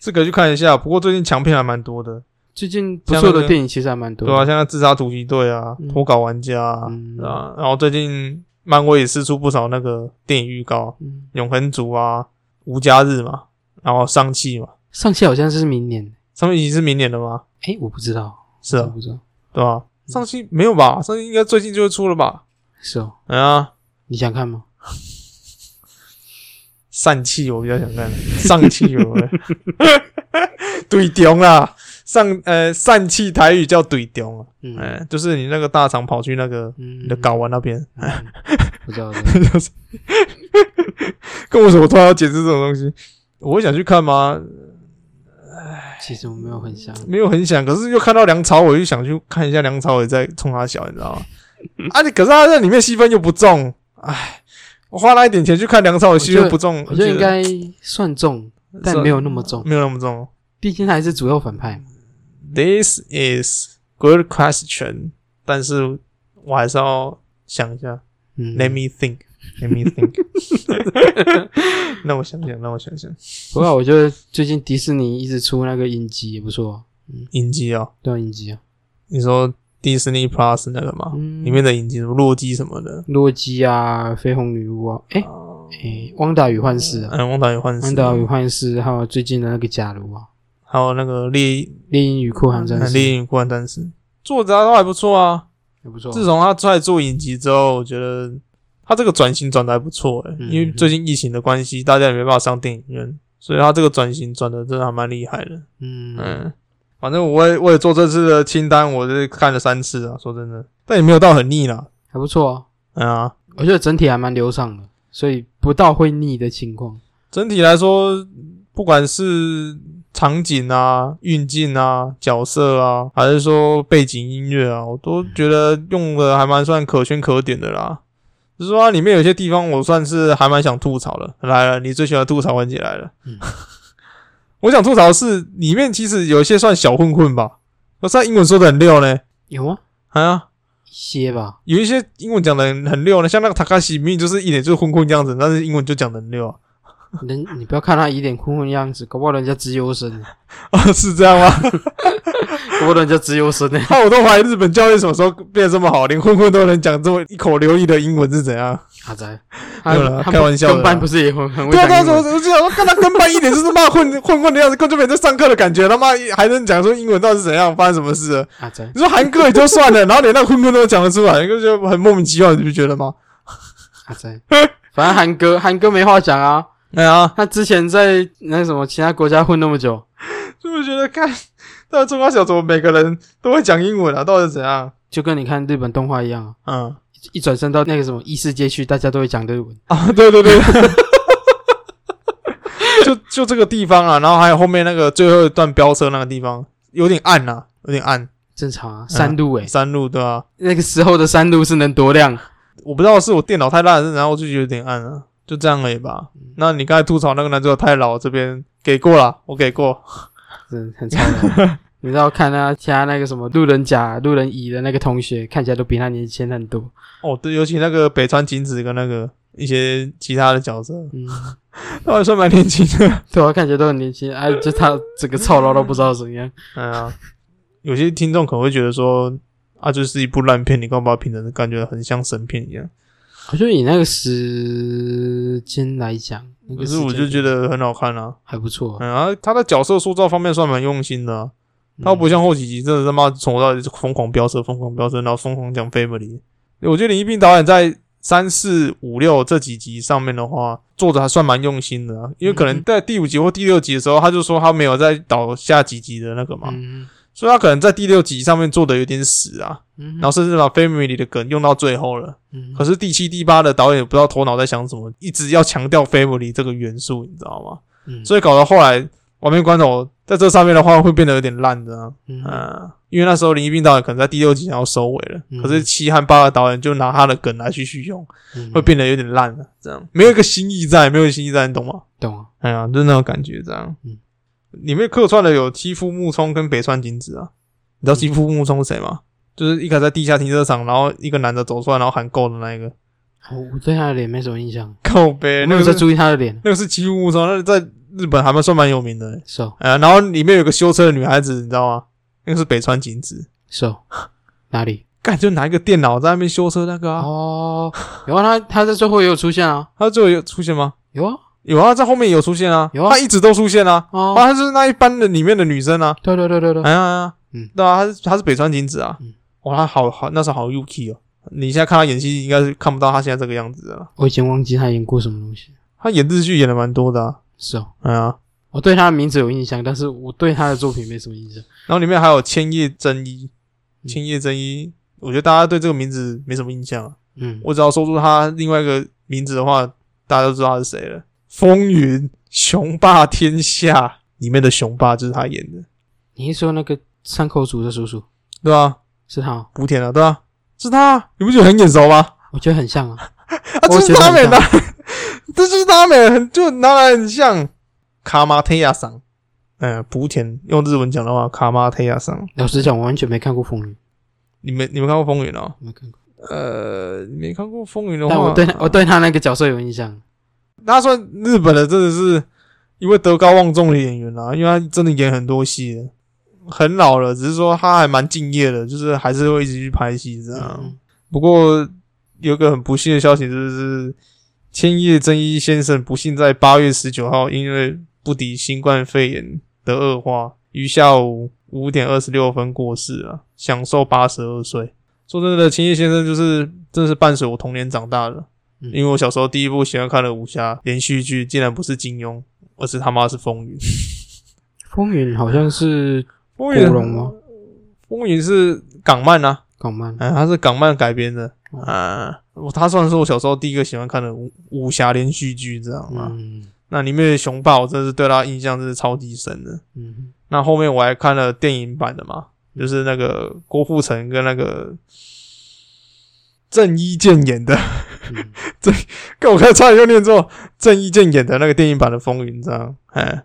[SPEAKER 2] 是可以去看一下。不过最近强片还蛮多的，
[SPEAKER 3] 最近不错
[SPEAKER 2] 像那
[SPEAKER 3] 的
[SPEAKER 2] 个
[SPEAKER 3] 电影其实还蛮多
[SPEAKER 2] 对啊，
[SPEAKER 3] 的。
[SPEAKER 2] 像那自杀突击队啊
[SPEAKER 3] 嗯、
[SPEAKER 2] 脱稿玩家啊，
[SPEAKER 3] 嗯
[SPEAKER 2] 对啊。然后最近漫威也试出不少那个电影预告，
[SPEAKER 3] 嗯，
[SPEAKER 2] 永恒族啊、无家日嘛，然后上汽嘛，
[SPEAKER 3] 上期好像是明年，
[SPEAKER 2] 上汽已经是明年的吗？
[SPEAKER 3] 哎，我不知道，
[SPEAKER 2] 是
[SPEAKER 3] 我
[SPEAKER 2] 啊，
[SPEAKER 3] 不知道，
[SPEAKER 2] 对
[SPEAKER 3] 嗯
[SPEAKER 2] 吧、上汽没有吧？上汽应该最近就会出了吧？
[SPEAKER 3] 是哦，
[SPEAKER 2] 哎呀，
[SPEAKER 3] 你想看吗？
[SPEAKER 2] 上汽我比较想看，上汽有没有？ 怼丢啦，上呃上汽台语叫怼丢啊，
[SPEAKER 3] 嗯
[SPEAKER 2] 哎、就是你那个大厂跑去那个
[SPEAKER 3] 嗯
[SPEAKER 2] 你的睾丸那 边，
[SPEAKER 3] 嗯不知道的，
[SPEAKER 2] 跟我说我突然要解释这种东西，我会想去看吗？
[SPEAKER 3] 其实我没有很想。
[SPEAKER 2] 没有很想，可是又看到梁朝伟，就想去看一下梁朝伟在冲他小，你知道 吗？啊，你可是他在里面戏份又不重，唉，我花那一点钱去看梁朝伟，戏份不重，
[SPEAKER 3] 我觉得应
[SPEAKER 2] 是
[SPEAKER 3] 该算重，但没有那么重，
[SPEAKER 2] 啊没有那么重。
[SPEAKER 3] 毕竟他还是主要反派嘛。
[SPEAKER 2] This is good question，但是我还是要想一下。
[SPEAKER 3] 嗯
[SPEAKER 2] Let me think，Let me think 。 让我想想，让我想想。
[SPEAKER 3] 不过我觉得最近迪士尼一直出那个影集也不错、啊，
[SPEAKER 2] 影集哦，
[SPEAKER 3] 对啊，影集啊，
[SPEAKER 2] 你说 Disney Plus 那个吗？
[SPEAKER 3] 嗯
[SPEAKER 2] 里面的影集，什么洛基什么的。
[SPEAKER 3] 洛基啊，绯红女巫啊，哎、
[SPEAKER 2] 哦
[SPEAKER 3] 诶，汪达与幻视啊，
[SPEAKER 2] 嗯，汪达与幻视
[SPEAKER 3] 汪。达与幻视，还有最近的那个假如啊，
[SPEAKER 2] 还有那个猎
[SPEAKER 3] 猎鹰与酷寒战
[SPEAKER 2] 嗯
[SPEAKER 3] 士
[SPEAKER 2] 猎鹰与孤单战士，作者都还不错啊。
[SPEAKER 3] 也不错，
[SPEAKER 2] 自从他出来做影集之后，我觉得他这个转型转的还不错诶、
[SPEAKER 3] 嗯
[SPEAKER 2] 因为最近疫情的关系，大家也没办法上电影院，所以他这个转型转的真的还蛮厉害的。
[SPEAKER 3] 嗯
[SPEAKER 2] 嗯，反正我也我也做这次的清单，我是看了三次啊，说真的，但也没有到很腻啦。
[SPEAKER 3] 还不错啊，
[SPEAKER 2] 嗯啊，
[SPEAKER 3] 我觉得整体还蛮流畅的，所以不到会腻的情况。
[SPEAKER 2] 整体来说，不管是场景啊、运镜啊、角色啊，还是说背景音乐啊，我都觉得用的还蛮算可圈可点的啦。就是说、它里面有些地方我算是还蛮想吐槽的。来了，你最喜欢的吐槽环节来了。
[SPEAKER 3] 嗯
[SPEAKER 2] 我想吐槽的是里面其实有一些算小混混吧，可是他英文说的很溜呢。
[SPEAKER 3] 有吗？
[SPEAKER 2] 啊，
[SPEAKER 3] 一些吧，
[SPEAKER 2] 有一些英文讲的很很溜呢，像那个塔卡西，明明就是一脸就是混混这样子，但是英文就讲的很溜啊。
[SPEAKER 3] 人你不要看他一脸困困的样子，搞不好人家资优生，
[SPEAKER 2] 哦，是这样吗？
[SPEAKER 3] 搞不好人家资 优生呢、
[SPEAKER 2] 那我都怀疑日本教育什么时候变得这么好，连混混都能讲这么一口流利的英文是怎样？
[SPEAKER 3] 阿仔，
[SPEAKER 2] 没有啦
[SPEAKER 3] 他他
[SPEAKER 2] 开玩笑的啦
[SPEAKER 3] 跟班不是也很很会
[SPEAKER 2] 对啊，
[SPEAKER 3] 讲
[SPEAKER 2] 对啊，
[SPEAKER 3] 英
[SPEAKER 2] 我我
[SPEAKER 3] 文？
[SPEAKER 2] 就想说，看他跟班一脸就是骂混混混的样子，根本就没在上课的感觉，他妈还能讲说英文到底是怎样，发生什么事了？
[SPEAKER 3] 阿仔，
[SPEAKER 2] 你说韩哥也就算了，然后连那个混混都讲得出来，就觉得很莫名其妙，你不觉得吗？
[SPEAKER 3] 阿仔，反正韩哥韩哥没话讲啊，
[SPEAKER 2] 哎呀，
[SPEAKER 3] 他之前在那什么其他国家混那么久，
[SPEAKER 2] 就会觉得看到底中华小怎么每个人都会讲英文啊？到底是怎样？
[SPEAKER 3] 就跟你看日本动画一样啊。
[SPEAKER 2] 嗯，
[SPEAKER 3] 一转身到那个什么异世界去，大家都会讲日文。
[SPEAKER 2] 啊， 对对对，就就这个地方啊，然后还有后面那个最后一段飙车那个地方，有点暗呐、啊，有点暗，
[SPEAKER 3] 正常
[SPEAKER 2] 嗯
[SPEAKER 3] 啊，山路诶、
[SPEAKER 2] 山路对吧、
[SPEAKER 3] 那个时候的山路是能多亮？
[SPEAKER 2] 我不知道是我电脑太烂，还是然后就觉得有点暗啊，就这样而已吧。那你刚才吐槽那个男主角太老，这边给过了，我给过。
[SPEAKER 3] 真的很超人。你知道看他其他那个什么路人甲、路人乙的那个同学，看起来都比他年轻很多。
[SPEAKER 2] 哦，对，尤其那个北川景子跟那个一些其他的角色，
[SPEAKER 3] 嗯，
[SPEAKER 2] 他还算蛮年轻的。
[SPEAKER 3] 对啊，看起来都很年轻。哎、就他整个操劳到不知道怎样。
[SPEAKER 2] 哎呀，有些听众可能会觉得说，啊，就是一部烂片，你干嘛把它评成感觉很像神片一样？
[SPEAKER 3] 我觉得以那个时间来讲，那
[SPEAKER 2] 可
[SPEAKER 3] 个
[SPEAKER 2] 是我就觉
[SPEAKER 3] 得
[SPEAKER 2] 得很好看啊，
[SPEAKER 3] 还不错、
[SPEAKER 2] 嗯啊，他的角色塑造方面算蛮用心的、啊，
[SPEAKER 3] 嗯
[SPEAKER 2] 他不像后几集真的他妈从头到尾就疯狂飙车、疯狂飙车，然后疯狂讲 family。我觉得林一斌导演在三四五六这几集上面的话，做的还算蛮用心的、啊，因为可
[SPEAKER 3] 嗯
[SPEAKER 2] 能
[SPEAKER 3] 哼
[SPEAKER 2] 在第五集或第六集的时候，他就说他没有在导下几集的那个嘛，
[SPEAKER 3] 嗯
[SPEAKER 2] 所以他可能在第六集上面做的有点死啊，
[SPEAKER 3] 嗯，
[SPEAKER 2] 然后甚至把 family 的梗用到最后了。
[SPEAKER 3] 嗯
[SPEAKER 2] 可是第七、第八的导演也不知道头脑在想什么，一直要强调 family 这个元素，你知道吗？
[SPEAKER 3] 嗯
[SPEAKER 2] 所以搞到后来《亡命关头》在这上面的话会变得有点烂的、啊，
[SPEAKER 3] 嗯
[SPEAKER 2] 嗯，因为那时候林一斌导演可能在第六集想要收尾了，
[SPEAKER 3] 嗯
[SPEAKER 2] 可是七和八的导演就拿他的梗来去续用，
[SPEAKER 3] 嗯
[SPEAKER 2] 会变得有点烂了，这样没有一个新意在，没有一个新意在，你懂吗？
[SPEAKER 3] 懂啊？
[SPEAKER 2] 哎呀，就是那种感觉，这样。
[SPEAKER 3] 嗯
[SPEAKER 2] 里面客串的有七夫木聪跟北川景子啊，你知道七夫木聪是谁吗？就是一个在地下停车场，然后一个男的走出来，然后喊够的那一个，
[SPEAKER 3] 我我对他的脸没什么印象，
[SPEAKER 2] 靠背，
[SPEAKER 3] 我没
[SPEAKER 2] 那
[SPEAKER 3] 有
[SPEAKER 2] 个
[SPEAKER 3] 在
[SPEAKER 2] 是
[SPEAKER 3] 注意他的脸。
[SPEAKER 2] 那个是七夫木聪，那在日本还蛮算蛮有名的、欸。
[SPEAKER 3] 瘦
[SPEAKER 2] 呃，然后里面有个修车的女孩子，你知道吗？那个是北川景子，
[SPEAKER 3] 瘦哪里？
[SPEAKER 2] 干就拿一个电脑在那边修车那个啊，
[SPEAKER 3] 哦，有啊，他他在最后也有出现啊，
[SPEAKER 2] 他最后有出现吗？
[SPEAKER 3] 有啊，
[SPEAKER 2] 有啊，在后面有出现啊，
[SPEAKER 3] 有啊
[SPEAKER 2] 他一直都出现啊，
[SPEAKER 3] 哦，
[SPEAKER 2] 啊，她是那一班的里面的女生啊，
[SPEAKER 3] 对对对对对，
[SPEAKER 2] 哎呀哎呀，
[SPEAKER 3] 嗯
[SPEAKER 2] 对啊，她是她是北川景子啊
[SPEAKER 3] 嗯，
[SPEAKER 2] 哇，她好好那时候好 UK 哦，你现在看她演戏应该是看不到她现在这个样子的了，
[SPEAKER 3] 我已经忘记他演过什么东西。
[SPEAKER 2] 她演日剧演的蛮多的啊，
[SPEAKER 3] 是哦，
[SPEAKER 2] 哎呀，
[SPEAKER 3] 我对他的名字有印象，但是我对他的作品没什么印象。
[SPEAKER 2] 然后里面还有千叶真一，
[SPEAKER 3] 嗯
[SPEAKER 2] 千叶真一，我觉得大家对这个名字没什么印象啊。
[SPEAKER 3] 嗯，
[SPEAKER 2] 我只要说出他另外一个名字的话，大家都知道他是谁了。风云雄霸天下里面的雄霸就是他演的，
[SPEAKER 3] 你是说那个山口组的叔叔
[SPEAKER 2] 对吧、
[SPEAKER 3] 是他、哦？
[SPEAKER 2] 古田啊，对吧、是他啊，你不觉得很眼熟吗？
[SPEAKER 3] 我觉得很像啊。
[SPEAKER 2] 啊，
[SPEAKER 3] 我
[SPEAKER 2] 这是
[SPEAKER 3] 觉得
[SPEAKER 2] 他们
[SPEAKER 3] 很像
[SPEAKER 2] 的，这就是他们，很就拿来很像卡马特亚桑。嗯，莆田用日文讲的话，卡马特亚桑。
[SPEAKER 3] 老实讲，我完全没看过《风云》，
[SPEAKER 2] 你们你们看过《风云》哦？
[SPEAKER 3] 没看过，
[SPEAKER 2] 呃，你没看过《风云》的话，
[SPEAKER 3] 但我对他我对他那个角色有印象。
[SPEAKER 2] 他算日本的，真的是一位德高望重的演员啦、因为他真的演很多戏了，很老了，只是说他还蛮敬业的，就是还是会一直去拍戏这样。
[SPEAKER 3] 嗯，
[SPEAKER 2] 不过有一个很不幸的消息，就是千叶真一先生不幸在八月十九号因为不敌新冠肺炎的恶化，于下午五点二十六分过世了，享受八十二岁。说真的，千叶先生就是真的是伴随我童年长大的，
[SPEAKER 3] 嗯
[SPEAKER 2] 因为我小时候第一部喜欢看的武侠连续剧，竟然不是金庸，而是他妈是风云。
[SPEAKER 3] 风云》好像是
[SPEAKER 2] 风
[SPEAKER 3] 古
[SPEAKER 2] 云
[SPEAKER 3] 龙吗？？
[SPEAKER 2] 风云是港漫啊，
[SPEAKER 3] 港漫。
[SPEAKER 2] 嗯，它是港漫改编的
[SPEAKER 3] 哦，
[SPEAKER 2] 嗯，我它算是我小时候第一个喜欢看的武武侠连续剧，知道吗？
[SPEAKER 3] 嗯
[SPEAKER 2] 那里面的熊霸，我真的是对他印象真是超级深的。
[SPEAKER 3] 嗯
[SPEAKER 2] 那后面我还看了电影版的嘛，就是那个郭富城跟那个郑伊健演的，
[SPEAKER 3] 嗯，
[SPEAKER 2] 跟我看差点就念错，郑伊健演的那个电影版的《风云》这样，哎，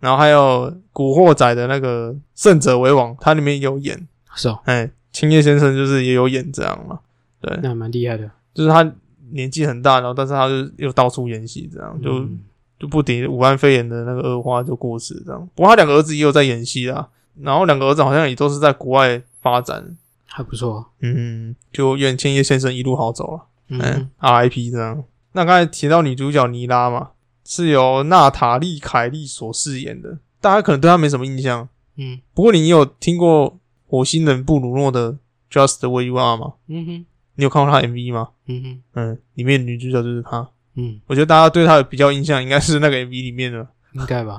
[SPEAKER 2] 然后还有《古惑仔》的那个《胜者为王》，它里面有演，
[SPEAKER 3] 是哦，
[SPEAKER 2] 哎，青叶先生就是也有演这样嘛，对。
[SPEAKER 3] 那还蛮厉害的。
[SPEAKER 2] 就是他年纪很大，然后但是他就又到处演戏，这样就
[SPEAKER 3] 嗯
[SPEAKER 2] 就不敌武汉肺炎的那个恶化就过世这样。不过他两个儿子也有在演戏啊，然后两个儿子好像也都是在国外发展，
[SPEAKER 3] 还不错啊。
[SPEAKER 2] 嗯，就愿千叶先生一路好走啊，嗯
[SPEAKER 3] 嗯，
[SPEAKER 2] ，RIP 这样。那刚才提到女主角妮拉嘛，是由娜塔莉·凯莉所饰演的，大家可能对她没什么印象。
[SPEAKER 3] 嗯
[SPEAKER 2] 不过你有听过火星人布鲁诺的《Just the Way You Are》吗？
[SPEAKER 3] 嗯哼
[SPEAKER 2] 你有看过他的 MV 吗？
[SPEAKER 3] 嗯哼
[SPEAKER 2] 嗯，里面女主角就是她。
[SPEAKER 3] 嗯，
[SPEAKER 2] 我觉得大家对她的比较印象应该是那个 MV 里面的，
[SPEAKER 3] 应该吧。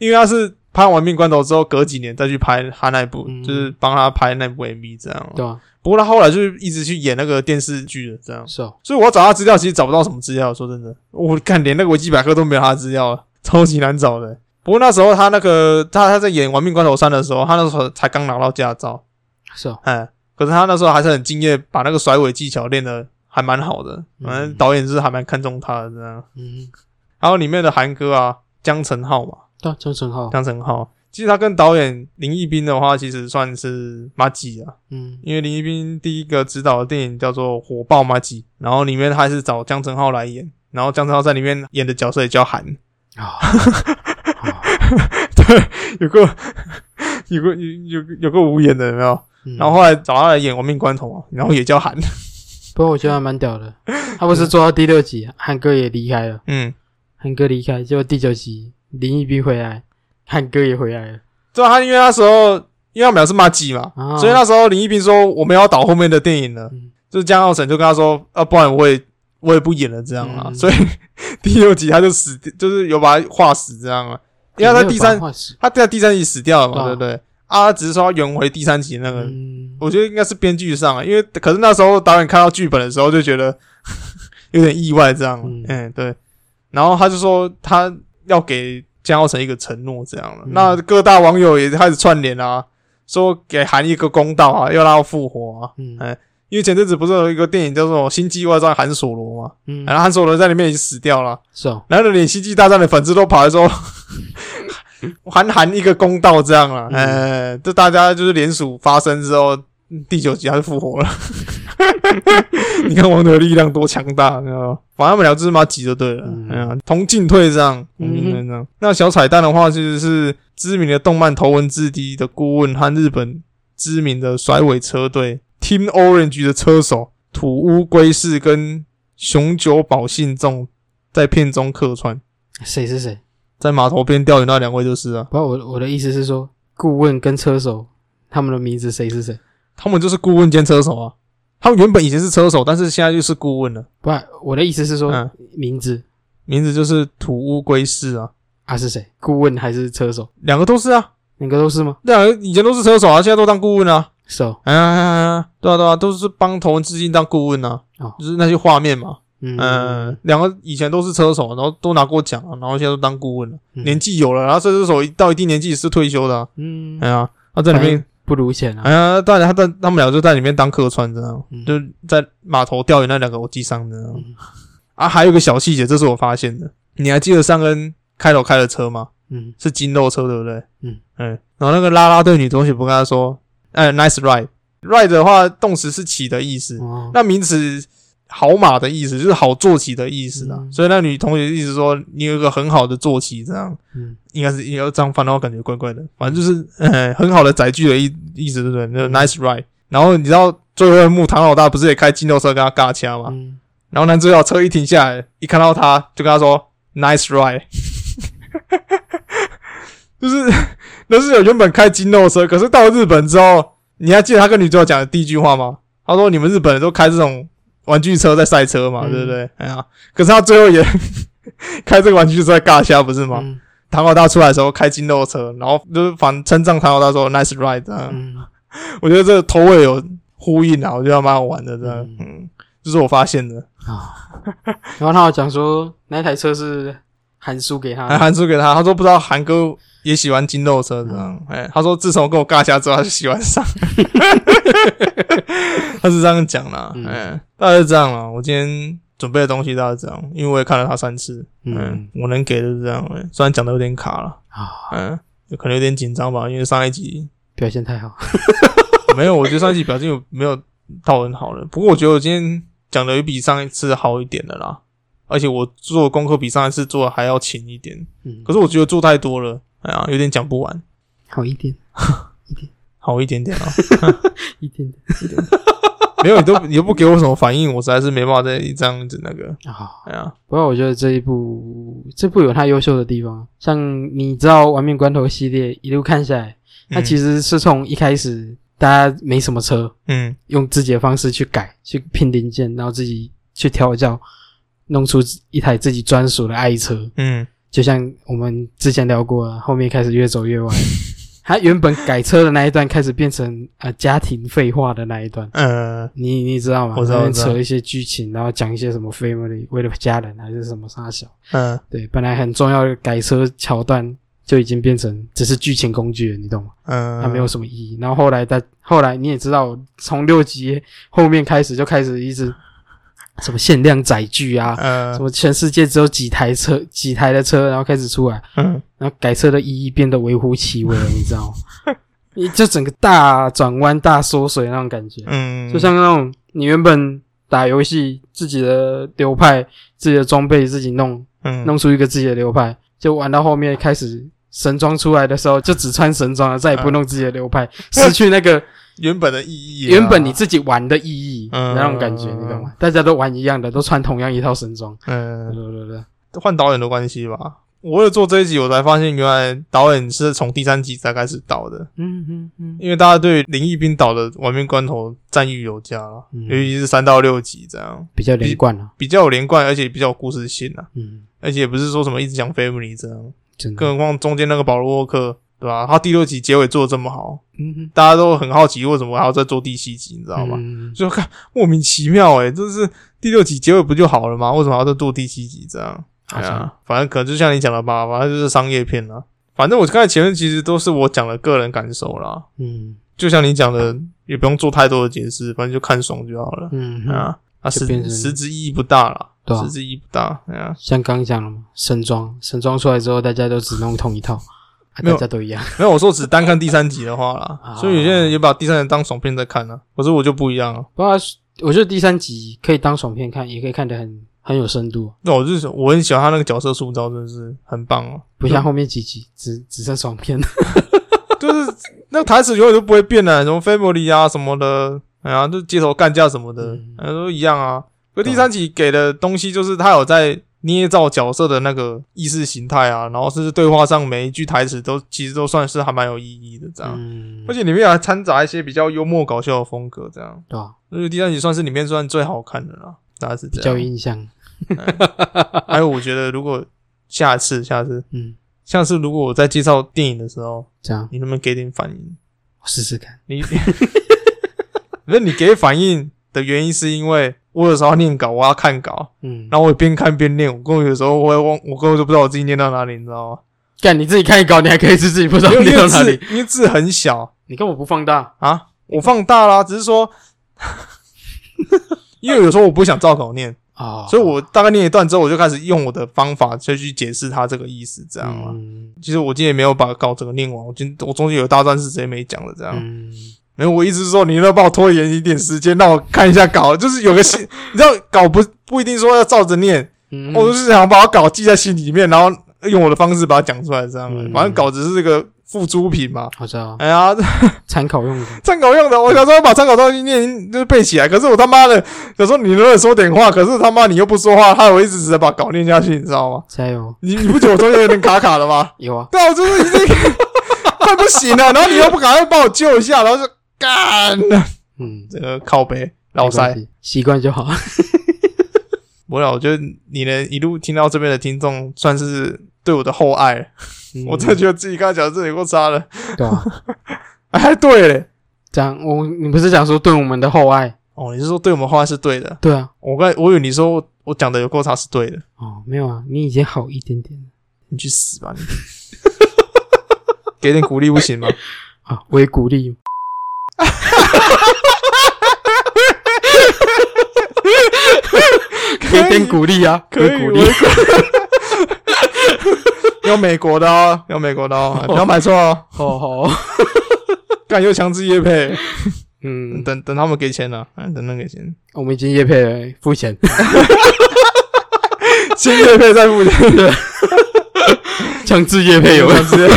[SPEAKER 2] 因为她是拍完《命关头》之后，隔几年再去拍她那部，
[SPEAKER 3] 嗯
[SPEAKER 2] 就是帮她拍那部 MV 这样。
[SPEAKER 3] 对啊，
[SPEAKER 2] 不过她后来就是一直去演那个电视剧了，这样。
[SPEAKER 3] 是哦。
[SPEAKER 2] 所以我要找他资料，其实找不到什么资料。说真的，我看连那个维基百科都没有他的资料了，超级难找的。不过那时候他那个他他在演《玩命关头三》的时候，他那时候才刚拿到驾照，
[SPEAKER 3] 是哦，
[SPEAKER 2] 哎，可是他那时候还是很敬业，把那个甩尾技巧练得还蛮好的。反正导演是还蛮看重他的这样。
[SPEAKER 3] 嗯，哼，
[SPEAKER 2] 还有里面的韩哥啊，江晨浩嘛，
[SPEAKER 3] 对啊，张成浩，
[SPEAKER 2] 江晨浩，其实他跟导演林一斌的话，其实算是马吉啊。
[SPEAKER 3] 嗯
[SPEAKER 2] 因为林一斌第一个执导的电影叫做《火爆马吉》，然后里面他是找江晨浩来演，然后江晨浩在里面演的角色也叫韩，
[SPEAKER 3] 啊，
[SPEAKER 2] 有个有个有有有个无言的有没有？
[SPEAKER 3] 嗯
[SPEAKER 2] 然后后来找他来演《亡命关头》嘛，然后也叫韩，
[SPEAKER 3] 不过我觉得还蛮屌的，他不是做到第六集，韩哥也离开了，
[SPEAKER 2] 嗯，
[SPEAKER 3] 韩哥离开，结果第九集林一斌回来，韩哥也回来了，
[SPEAKER 2] 对啊，他因为那时候因为他们俩是马吉嘛，
[SPEAKER 3] 啊
[SPEAKER 2] 所以那时候林一斌说我们要导后面的电影了，
[SPEAKER 3] 嗯
[SPEAKER 2] 就是江浩成就跟他说啊，不然我也我也不演了这样啊，
[SPEAKER 3] 嗯
[SPEAKER 2] 所以第六集他就死，就是有把他画死这样啊，因为他在第三
[SPEAKER 3] 没有把他画死
[SPEAKER 2] 他在第三集死掉了嘛，
[SPEAKER 3] 啊
[SPEAKER 2] 对不对？啊，他只是说他圆回第三集那个，
[SPEAKER 3] 嗯，
[SPEAKER 2] 呃我觉得应该是编剧上啊，因为可是那时候导演看到剧本的时候就觉得 有点意外，这样，嗯
[SPEAKER 3] 嗯
[SPEAKER 2] 对。然后他就说他要给江浩成一个承诺，这样了。啊
[SPEAKER 3] 嗯
[SPEAKER 2] 那各大网友也开始串联啊，说给韩一个公道啊，要让他复活啊。
[SPEAKER 3] 嗯
[SPEAKER 2] 因为前阵子不是有一个电影叫做《星际外传》韩索罗嘛，
[SPEAKER 3] 嗯
[SPEAKER 2] 然，后韩索罗在里面已经死掉了，啊
[SPEAKER 3] 是哦，
[SPEAKER 2] 然后连《星际大战》的粉丝都跑来说， 韩寒一个公道这样了。
[SPEAKER 3] 嗯
[SPEAKER 2] 呃，这大家就是联署发声之后，第九集还是复活了。 你看王者的力量多强大，你知道吗？反正他们俩就是妈急就对了，
[SPEAKER 3] 嗯
[SPEAKER 2] 哎呀、同进退这样，同进退这样。那小彩蛋的话，就是是知名的动漫头文字 D 的顾问和日本知名的甩尾车队 Team Orange 的车手土屋圭市跟熊久保信重在片中客串，
[SPEAKER 3] 谁是谁？
[SPEAKER 2] 在码头边钓鱼那两位就是啊，
[SPEAKER 3] 不，我我的意思是说，顾问跟车手他们的名字谁是谁？
[SPEAKER 2] 他们就是顾问兼车手啊。他们原本以前是车手，但是现在就是顾问了，
[SPEAKER 3] 不，我的意思是说、
[SPEAKER 2] 嗯
[SPEAKER 3] 名字
[SPEAKER 2] 名字就是土屋圭市啊，
[SPEAKER 3] 啊是谁？顾问还是车手？
[SPEAKER 2] 两个都是啊，
[SPEAKER 3] 两个都是吗？
[SPEAKER 2] 两个以前都是车手啊，现在都当顾问啊。
[SPEAKER 3] 是哦，
[SPEAKER 2] 哎呀哎呀哎呀，对啊对啊，都是帮头文致敬当顾问啊，
[SPEAKER 3] 哦
[SPEAKER 2] 就是那些画面嘛。
[SPEAKER 3] 嗯
[SPEAKER 2] 嗯，两个以前都是车手，然后都拿过奖啊，然后现在都当顾问了，
[SPEAKER 3] 嗯
[SPEAKER 2] 年纪有了，然后这车手一到一定年纪也是退休的啊。
[SPEAKER 3] 嗯
[SPEAKER 2] 哎，呀，他在里面，
[SPEAKER 3] 不如前啊
[SPEAKER 2] 哎，呀，大家他在他们俩就在里面当客串这样，
[SPEAKER 3] 嗯
[SPEAKER 2] 就在码头钓鱼那两个我记上的啊
[SPEAKER 3] 嗯
[SPEAKER 2] 啊。还有一个小细节，这是我发现的，你还记得上恩开头开的车吗？
[SPEAKER 3] 嗯
[SPEAKER 2] 是金肉车，对不对？哎
[SPEAKER 3] 嗯
[SPEAKER 2] 然后那个啦啦队女同学不跟他说，哎，nice ride，ride 的话动词是骑的意思，
[SPEAKER 3] 哦，
[SPEAKER 2] 那名词好马的意思就是好坐骑的意思啊。
[SPEAKER 3] 嗯
[SPEAKER 2] 所以那女同学一直说你有一个很好的坐骑，这样
[SPEAKER 3] 嗯
[SPEAKER 2] 应该是要这样翻的话感觉怪怪的，反正就是呃很好的载具的意意思，对不对？那个
[SPEAKER 3] 嗯
[SPEAKER 2] nice ride。然后你知道最后一幕唐老大不是也开金牛车跟他尬掐吗？
[SPEAKER 3] 嗯，
[SPEAKER 2] 然后男主角车一停下来，一看到他就跟他说 “nice ride”，就是 那是有原本开金肉车，可是到了日本之后，你还记得他跟女主角讲的第一句话吗？他说：“你们日本人都开这种玩具车在赛车嘛，
[SPEAKER 3] 嗯
[SPEAKER 2] 对不对？”哎呀，可是他最后也 开这个玩具车在尬瞎，不是吗？
[SPEAKER 3] 嗯
[SPEAKER 2] 唐老大出来的时候开金肉车，然后就是反称赞唐老大说 “nice ride”，这样、
[SPEAKER 3] 嗯
[SPEAKER 2] 我觉得这个头尾有呼应啊，我觉得还蛮好玩的，这样，
[SPEAKER 3] 嗯
[SPEAKER 2] 嗯，这、是我发现的。
[SPEAKER 3] 啊，然后他有讲说那台车是韩叔给他
[SPEAKER 2] 还
[SPEAKER 3] 的，
[SPEAKER 2] 函书给 他，他说不知道韩哥也喜欢金肉车这样，
[SPEAKER 3] 嗯
[SPEAKER 2] 哎、他说自从跟我尬下之后，他就喜欢上， 他是这样讲啦，
[SPEAKER 3] 嗯
[SPEAKER 2] 哎、大概是这样啦。我今天准备的东西大概是这样，因为我也看了他三次，嗯、
[SPEAKER 3] 嗯
[SPEAKER 2] 我能给的是这样、哎虽然讲的有点卡了，
[SPEAKER 3] 啊，
[SPEAKER 2] 嗯、有可能有点紧张吧，因为上一集
[SPEAKER 3] 表现太好，
[SPEAKER 2] 没有，我觉得上一集表现有没有到很好了，不过我觉得我今天讲的也比上一次好一点的啦。而且我做的功课比上一次做的还要勤一点。
[SPEAKER 3] 嗯
[SPEAKER 2] 可是我觉得做太多了，哎呀，有点讲不完，
[SPEAKER 3] 好一点，
[SPEAKER 2] 好一点点啊。
[SPEAKER 3] 一点点
[SPEAKER 2] 没有，你都你都不给我什么反应，我实在是没办法再这样子那个。
[SPEAKER 3] 啊。
[SPEAKER 2] 哎呀，
[SPEAKER 3] 不过我觉得这一部这部有它优秀的地方，像你知道《玩命关头》系列一路看下来，它其
[SPEAKER 2] 实
[SPEAKER 3] 实是从一开始大家没什么车，
[SPEAKER 2] 嗯
[SPEAKER 3] 用自己的方式去改、去拼零件，然后自己去调教，弄出一台自己专属的爱车。
[SPEAKER 2] 嗯
[SPEAKER 3] 就像我们之前聊过了，后面开始越走 越歪。他原本改车的那一段开始变成呃家庭废话的那一段，
[SPEAKER 2] 嗯呃
[SPEAKER 3] 你你知道吗？
[SPEAKER 2] 我知道
[SPEAKER 3] 那边
[SPEAKER 2] 我知道
[SPEAKER 3] 扯一些剧情，然后讲一些什么 family 为了家人还是什么啥小，
[SPEAKER 2] 嗯，
[SPEAKER 3] 对，本来很重要的改车桥段就已经变成只是剧情工具了，你懂吗？
[SPEAKER 2] 嗯
[SPEAKER 3] 它没有什么意义。然后后来他后来你也知道，从六集后面开始就开始一直什么限量载具啊，
[SPEAKER 2] 呃
[SPEAKER 3] 什么全世界只有几台车几台的车，然后开始出来。
[SPEAKER 2] 嗯
[SPEAKER 3] 然后改车的意义变得微乎其 微了，你知道吗？你就整个大转弯、大缩水那种感觉，
[SPEAKER 2] 嗯，
[SPEAKER 3] 就像那种你原本打游戏自己的流派、自己的装备自己弄，
[SPEAKER 2] 嗯
[SPEAKER 3] 弄出一个自己的流派，就玩到后面开始神装出来的时候，就只穿神装了，再也
[SPEAKER 2] 嗯
[SPEAKER 3] 不弄自己的流派，失去 那个
[SPEAKER 2] 原本的意义啊，
[SPEAKER 3] 原本你自己玩的意义
[SPEAKER 2] 嗯
[SPEAKER 3] 那种感觉，你懂吗？大家都玩一样的，都穿同样一套神装，对
[SPEAKER 2] 嗯
[SPEAKER 3] 对对，
[SPEAKER 2] 换导演的关系吧。我为了做这一集，我才发现原来导演是从第三集才开始导的，
[SPEAKER 3] 嗯嗯嗯，
[SPEAKER 2] 因为大家对林毅斌导的《玩命关头》赞誉有加啦，
[SPEAKER 3] 嗯
[SPEAKER 2] 尤其是三到六集这样
[SPEAKER 3] 比较连贯了，
[SPEAKER 2] 比较有连贯，而且比较有故事性啊，
[SPEAKER 3] 嗯，
[SPEAKER 2] 而且也不是说什么一直讲 family 这样，
[SPEAKER 3] 真的，
[SPEAKER 2] 更何况中间那个保罗沃克，对吧、他第六集结尾做的这么好，
[SPEAKER 3] 嗯嗯，
[SPEAKER 2] 大家都很好奇为什么还要再做第七集，你知道吗？
[SPEAKER 3] 嗯
[SPEAKER 2] 就看莫名其妙诶、欸，就是第六集结尾不就好了吗？为什么还要再做第七集这样？
[SPEAKER 3] 好
[SPEAKER 2] 哎呀
[SPEAKER 3] 像
[SPEAKER 2] 反正可能就像你讲的吧，反正就是商业片啦。反正我刚才前面其实都是我讲的个人感受啦，
[SPEAKER 3] 嗯
[SPEAKER 2] 就像你讲的，也不用做太多的解释，反正就看爽就好了。
[SPEAKER 3] 嗯，
[SPEAKER 2] 啊，啊
[SPEAKER 3] 就
[SPEAKER 2] 实
[SPEAKER 3] 变成
[SPEAKER 2] 实质意义不大啦，
[SPEAKER 3] 对啊
[SPEAKER 2] 实质意义不大。哎呀，
[SPEAKER 3] 像刚刚讲了嘛，神装，神装出来之后，大家都只弄同一套，啊、
[SPEAKER 2] 没
[SPEAKER 3] 大
[SPEAKER 2] 有
[SPEAKER 3] 家都一样。
[SPEAKER 2] 没有我说只单看第三集的话
[SPEAKER 3] 啊
[SPEAKER 2] 啦，所以有些人也把第三集当爽片在看啊，可是我就不一样啊。
[SPEAKER 3] 不过我觉得第三集可以当爽片看，也可以看得很很有深度，
[SPEAKER 2] 那我就是我很喜欢他那个角色塑造，真的是很棒 哦、
[SPEAKER 3] 不像后面几集只只剩爽片了。
[SPEAKER 2] 就是那台词永远都不会变的，什么 family 啊什么的，哎呀，就街头干架什么的
[SPEAKER 3] 嗯，
[SPEAKER 2] 哎都一样啊。可
[SPEAKER 3] 对
[SPEAKER 2] 第三集给的东西就是他有在捏造角色的那个意识形态啊，然后甚至对话上每一句台词都其实都算是还蛮有意义的这样，
[SPEAKER 3] 嗯
[SPEAKER 2] 而，且里面还掺杂一些比较幽默搞笑的风格，这样，
[SPEAKER 3] 对吧？
[SPEAKER 2] 所以第三集算是里面算最好看的啦，大概是
[SPEAKER 3] 比
[SPEAKER 2] 这
[SPEAKER 3] 较有
[SPEAKER 2] 样。
[SPEAKER 3] 印象。
[SPEAKER 2] 还有我觉得如果下次下次
[SPEAKER 3] 嗯，
[SPEAKER 2] 下次如果我在介绍电影的时候，
[SPEAKER 3] 这样
[SPEAKER 2] 你能不能给点反应？
[SPEAKER 3] 我试试看。
[SPEAKER 2] 你，那你给反应的原因是因为我有时候要念稿，我要看稿，
[SPEAKER 3] 嗯，
[SPEAKER 2] 然后我边看边念，我根本有时候我会忘，我根本就不知道我自己念到哪里，你知道吗？
[SPEAKER 3] 干你自己看稿，你还可以自己不知道
[SPEAKER 2] 因为
[SPEAKER 3] 念
[SPEAKER 2] 因
[SPEAKER 3] 到
[SPEAKER 2] 为
[SPEAKER 3] 哪里。
[SPEAKER 2] 字因为字很小
[SPEAKER 3] 你看我不放大，
[SPEAKER 2] 啊，我放大啦，只是说， 因为有时候我不想照稿念，
[SPEAKER 3] 哦，
[SPEAKER 2] 所以我大概念一段之后，我就开始用我的方法再去解释它这个意思，这样啊。
[SPEAKER 3] 嗯
[SPEAKER 2] 其实我今天也没有把稿整个念完，我今我中间有一大段是直接没讲的，这样。
[SPEAKER 3] 嗯，
[SPEAKER 2] 没有，我意思是说，你能不能帮我拖延一点时间，让我看一下稿，就是有个心，你知道稿不不一定说要照着念，
[SPEAKER 3] 嗯
[SPEAKER 2] 哦我就是想把我稿记在心里面，然后用我的方式把它讲出来，这样而已。
[SPEAKER 3] 嗯
[SPEAKER 2] 反正稿只是个附诸品嘛。
[SPEAKER 3] 我知道
[SPEAKER 2] 哎呀，
[SPEAKER 3] 参考用的。
[SPEAKER 2] 参考用的，我想说把参考东西念就是背起来，可是我他妈的有时候你能不能说点话，可是他妈你又不说话，害我一直只能把稿念下去，你知道吗？
[SPEAKER 3] 加油！
[SPEAKER 2] 你你不觉得我中间有点卡卡了吗？
[SPEAKER 3] 有啊，
[SPEAKER 2] 对啊，我就是已经快不行了，然后你又不赶快帮我救一下，然后就干。
[SPEAKER 3] 嗯，
[SPEAKER 2] 这个靠背老
[SPEAKER 3] 没
[SPEAKER 2] 塞
[SPEAKER 3] 关。系习惯就好。
[SPEAKER 2] 不了，我觉得你能一路听到这边的听众，算是对我的厚爱了。
[SPEAKER 3] 嗯
[SPEAKER 2] 我真的觉得自己刚才讲的这里够差了。
[SPEAKER 3] 对啊，
[SPEAKER 2] 哎，对嘞，
[SPEAKER 3] 这样，我你不是讲说对我们的厚爱？
[SPEAKER 2] 哦，你是说对我们厚爱是对的？
[SPEAKER 3] 对啊，
[SPEAKER 2] 我刚才我以为你说我我讲的有够差是对的，
[SPEAKER 3] 哦，没有啊，你已经好一点点了
[SPEAKER 2] 你去死吧你！ 给点鼓励不行吗？
[SPEAKER 3] 啊，我也鼓 励。给点鼓励啊，
[SPEAKER 2] 可
[SPEAKER 3] 给
[SPEAKER 2] 以，
[SPEAKER 3] 鼓
[SPEAKER 2] 我
[SPEAKER 3] 励
[SPEAKER 2] 也。鼓有美国的哦，有美国的哦，不要买错哦，
[SPEAKER 3] 好 好，
[SPEAKER 2] 干又强制业配，
[SPEAKER 3] 嗯，
[SPEAKER 2] 等啊等他们给钱了，嗯，等他们给钱。
[SPEAKER 3] 我们已经夜配了，付钱。
[SPEAKER 2] 先叶配再付 钱，
[SPEAKER 3] 强制夜配有没有？
[SPEAKER 2] 直接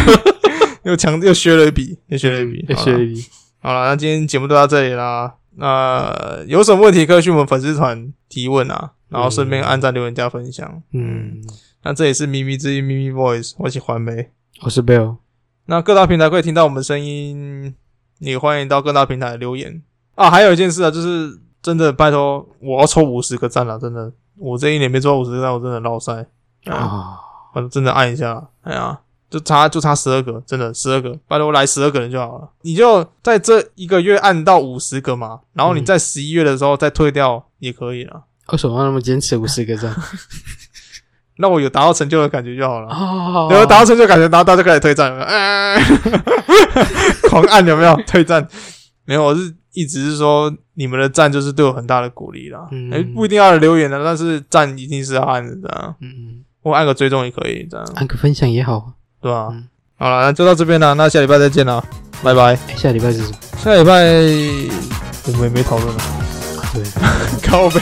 [SPEAKER 2] 又强又削了一笔，嗯又削了一笔，好
[SPEAKER 3] 谢
[SPEAKER 2] 啦
[SPEAKER 3] 谢你，
[SPEAKER 2] 好了，那今天节目就到这里啦。那有什么问题可以去我们粉丝团提问啊，然后顺便按赞、留言、加分享。
[SPEAKER 3] 嗯，
[SPEAKER 2] 那这里是咪咪之音咪咪 Voice，我喜欢没？
[SPEAKER 3] 我是 Bill，
[SPEAKER 2] 那各大平台可以听到我们的声音，也欢迎到各大平台留言啊。还有一件事啊，就是真的拜托，我要抽五十个赞了，真的，我这一年没抽到五十个赞，我真的落塞啊！
[SPEAKER 3] 啊，
[SPEAKER 2] 我真的按一下啦，哎呀，就差就差十二个，真的十二个，拜托来十二个人就好了。你就在这一个月按到五十个嘛，然后你
[SPEAKER 3] 嗯
[SPEAKER 2] 在十一月的时候再退掉也可以了。
[SPEAKER 3] 为什么要那么坚持五十个赞？
[SPEAKER 2] 那我有达到成就的感觉就好了。
[SPEAKER 3] 啊
[SPEAKER 2] 然后达到成就感觉，然后大家就开始退战，有没有？呃 狂按有没有？退战没有，我是一直是说你们的赞就是对我很大的鼓励啦。
[SPEAKER 3] 嗯
[SPEAKER 2] 诶不一定要留言的，但是赞一定是要按的，这样
[SPEAKER 3] 嗯，
[SPEAKER 2] 或按个追踪也可以，这样
[SPEAKER 3] 按个分享也好啊，
[SPEAKER 2] 对吧、
[SPEAKER 3] 嗯
[SPEAKER 2] 好了，那就到这边了，那下礼拜再见啦，拜拜。
[SPEAKER 3] 哎下礼拜是什么？
[SPEAKER 2] 下礼拜我们也没讨论了，
[SPEAKER 3] 对。
[SPEAKER 2] 靠呗。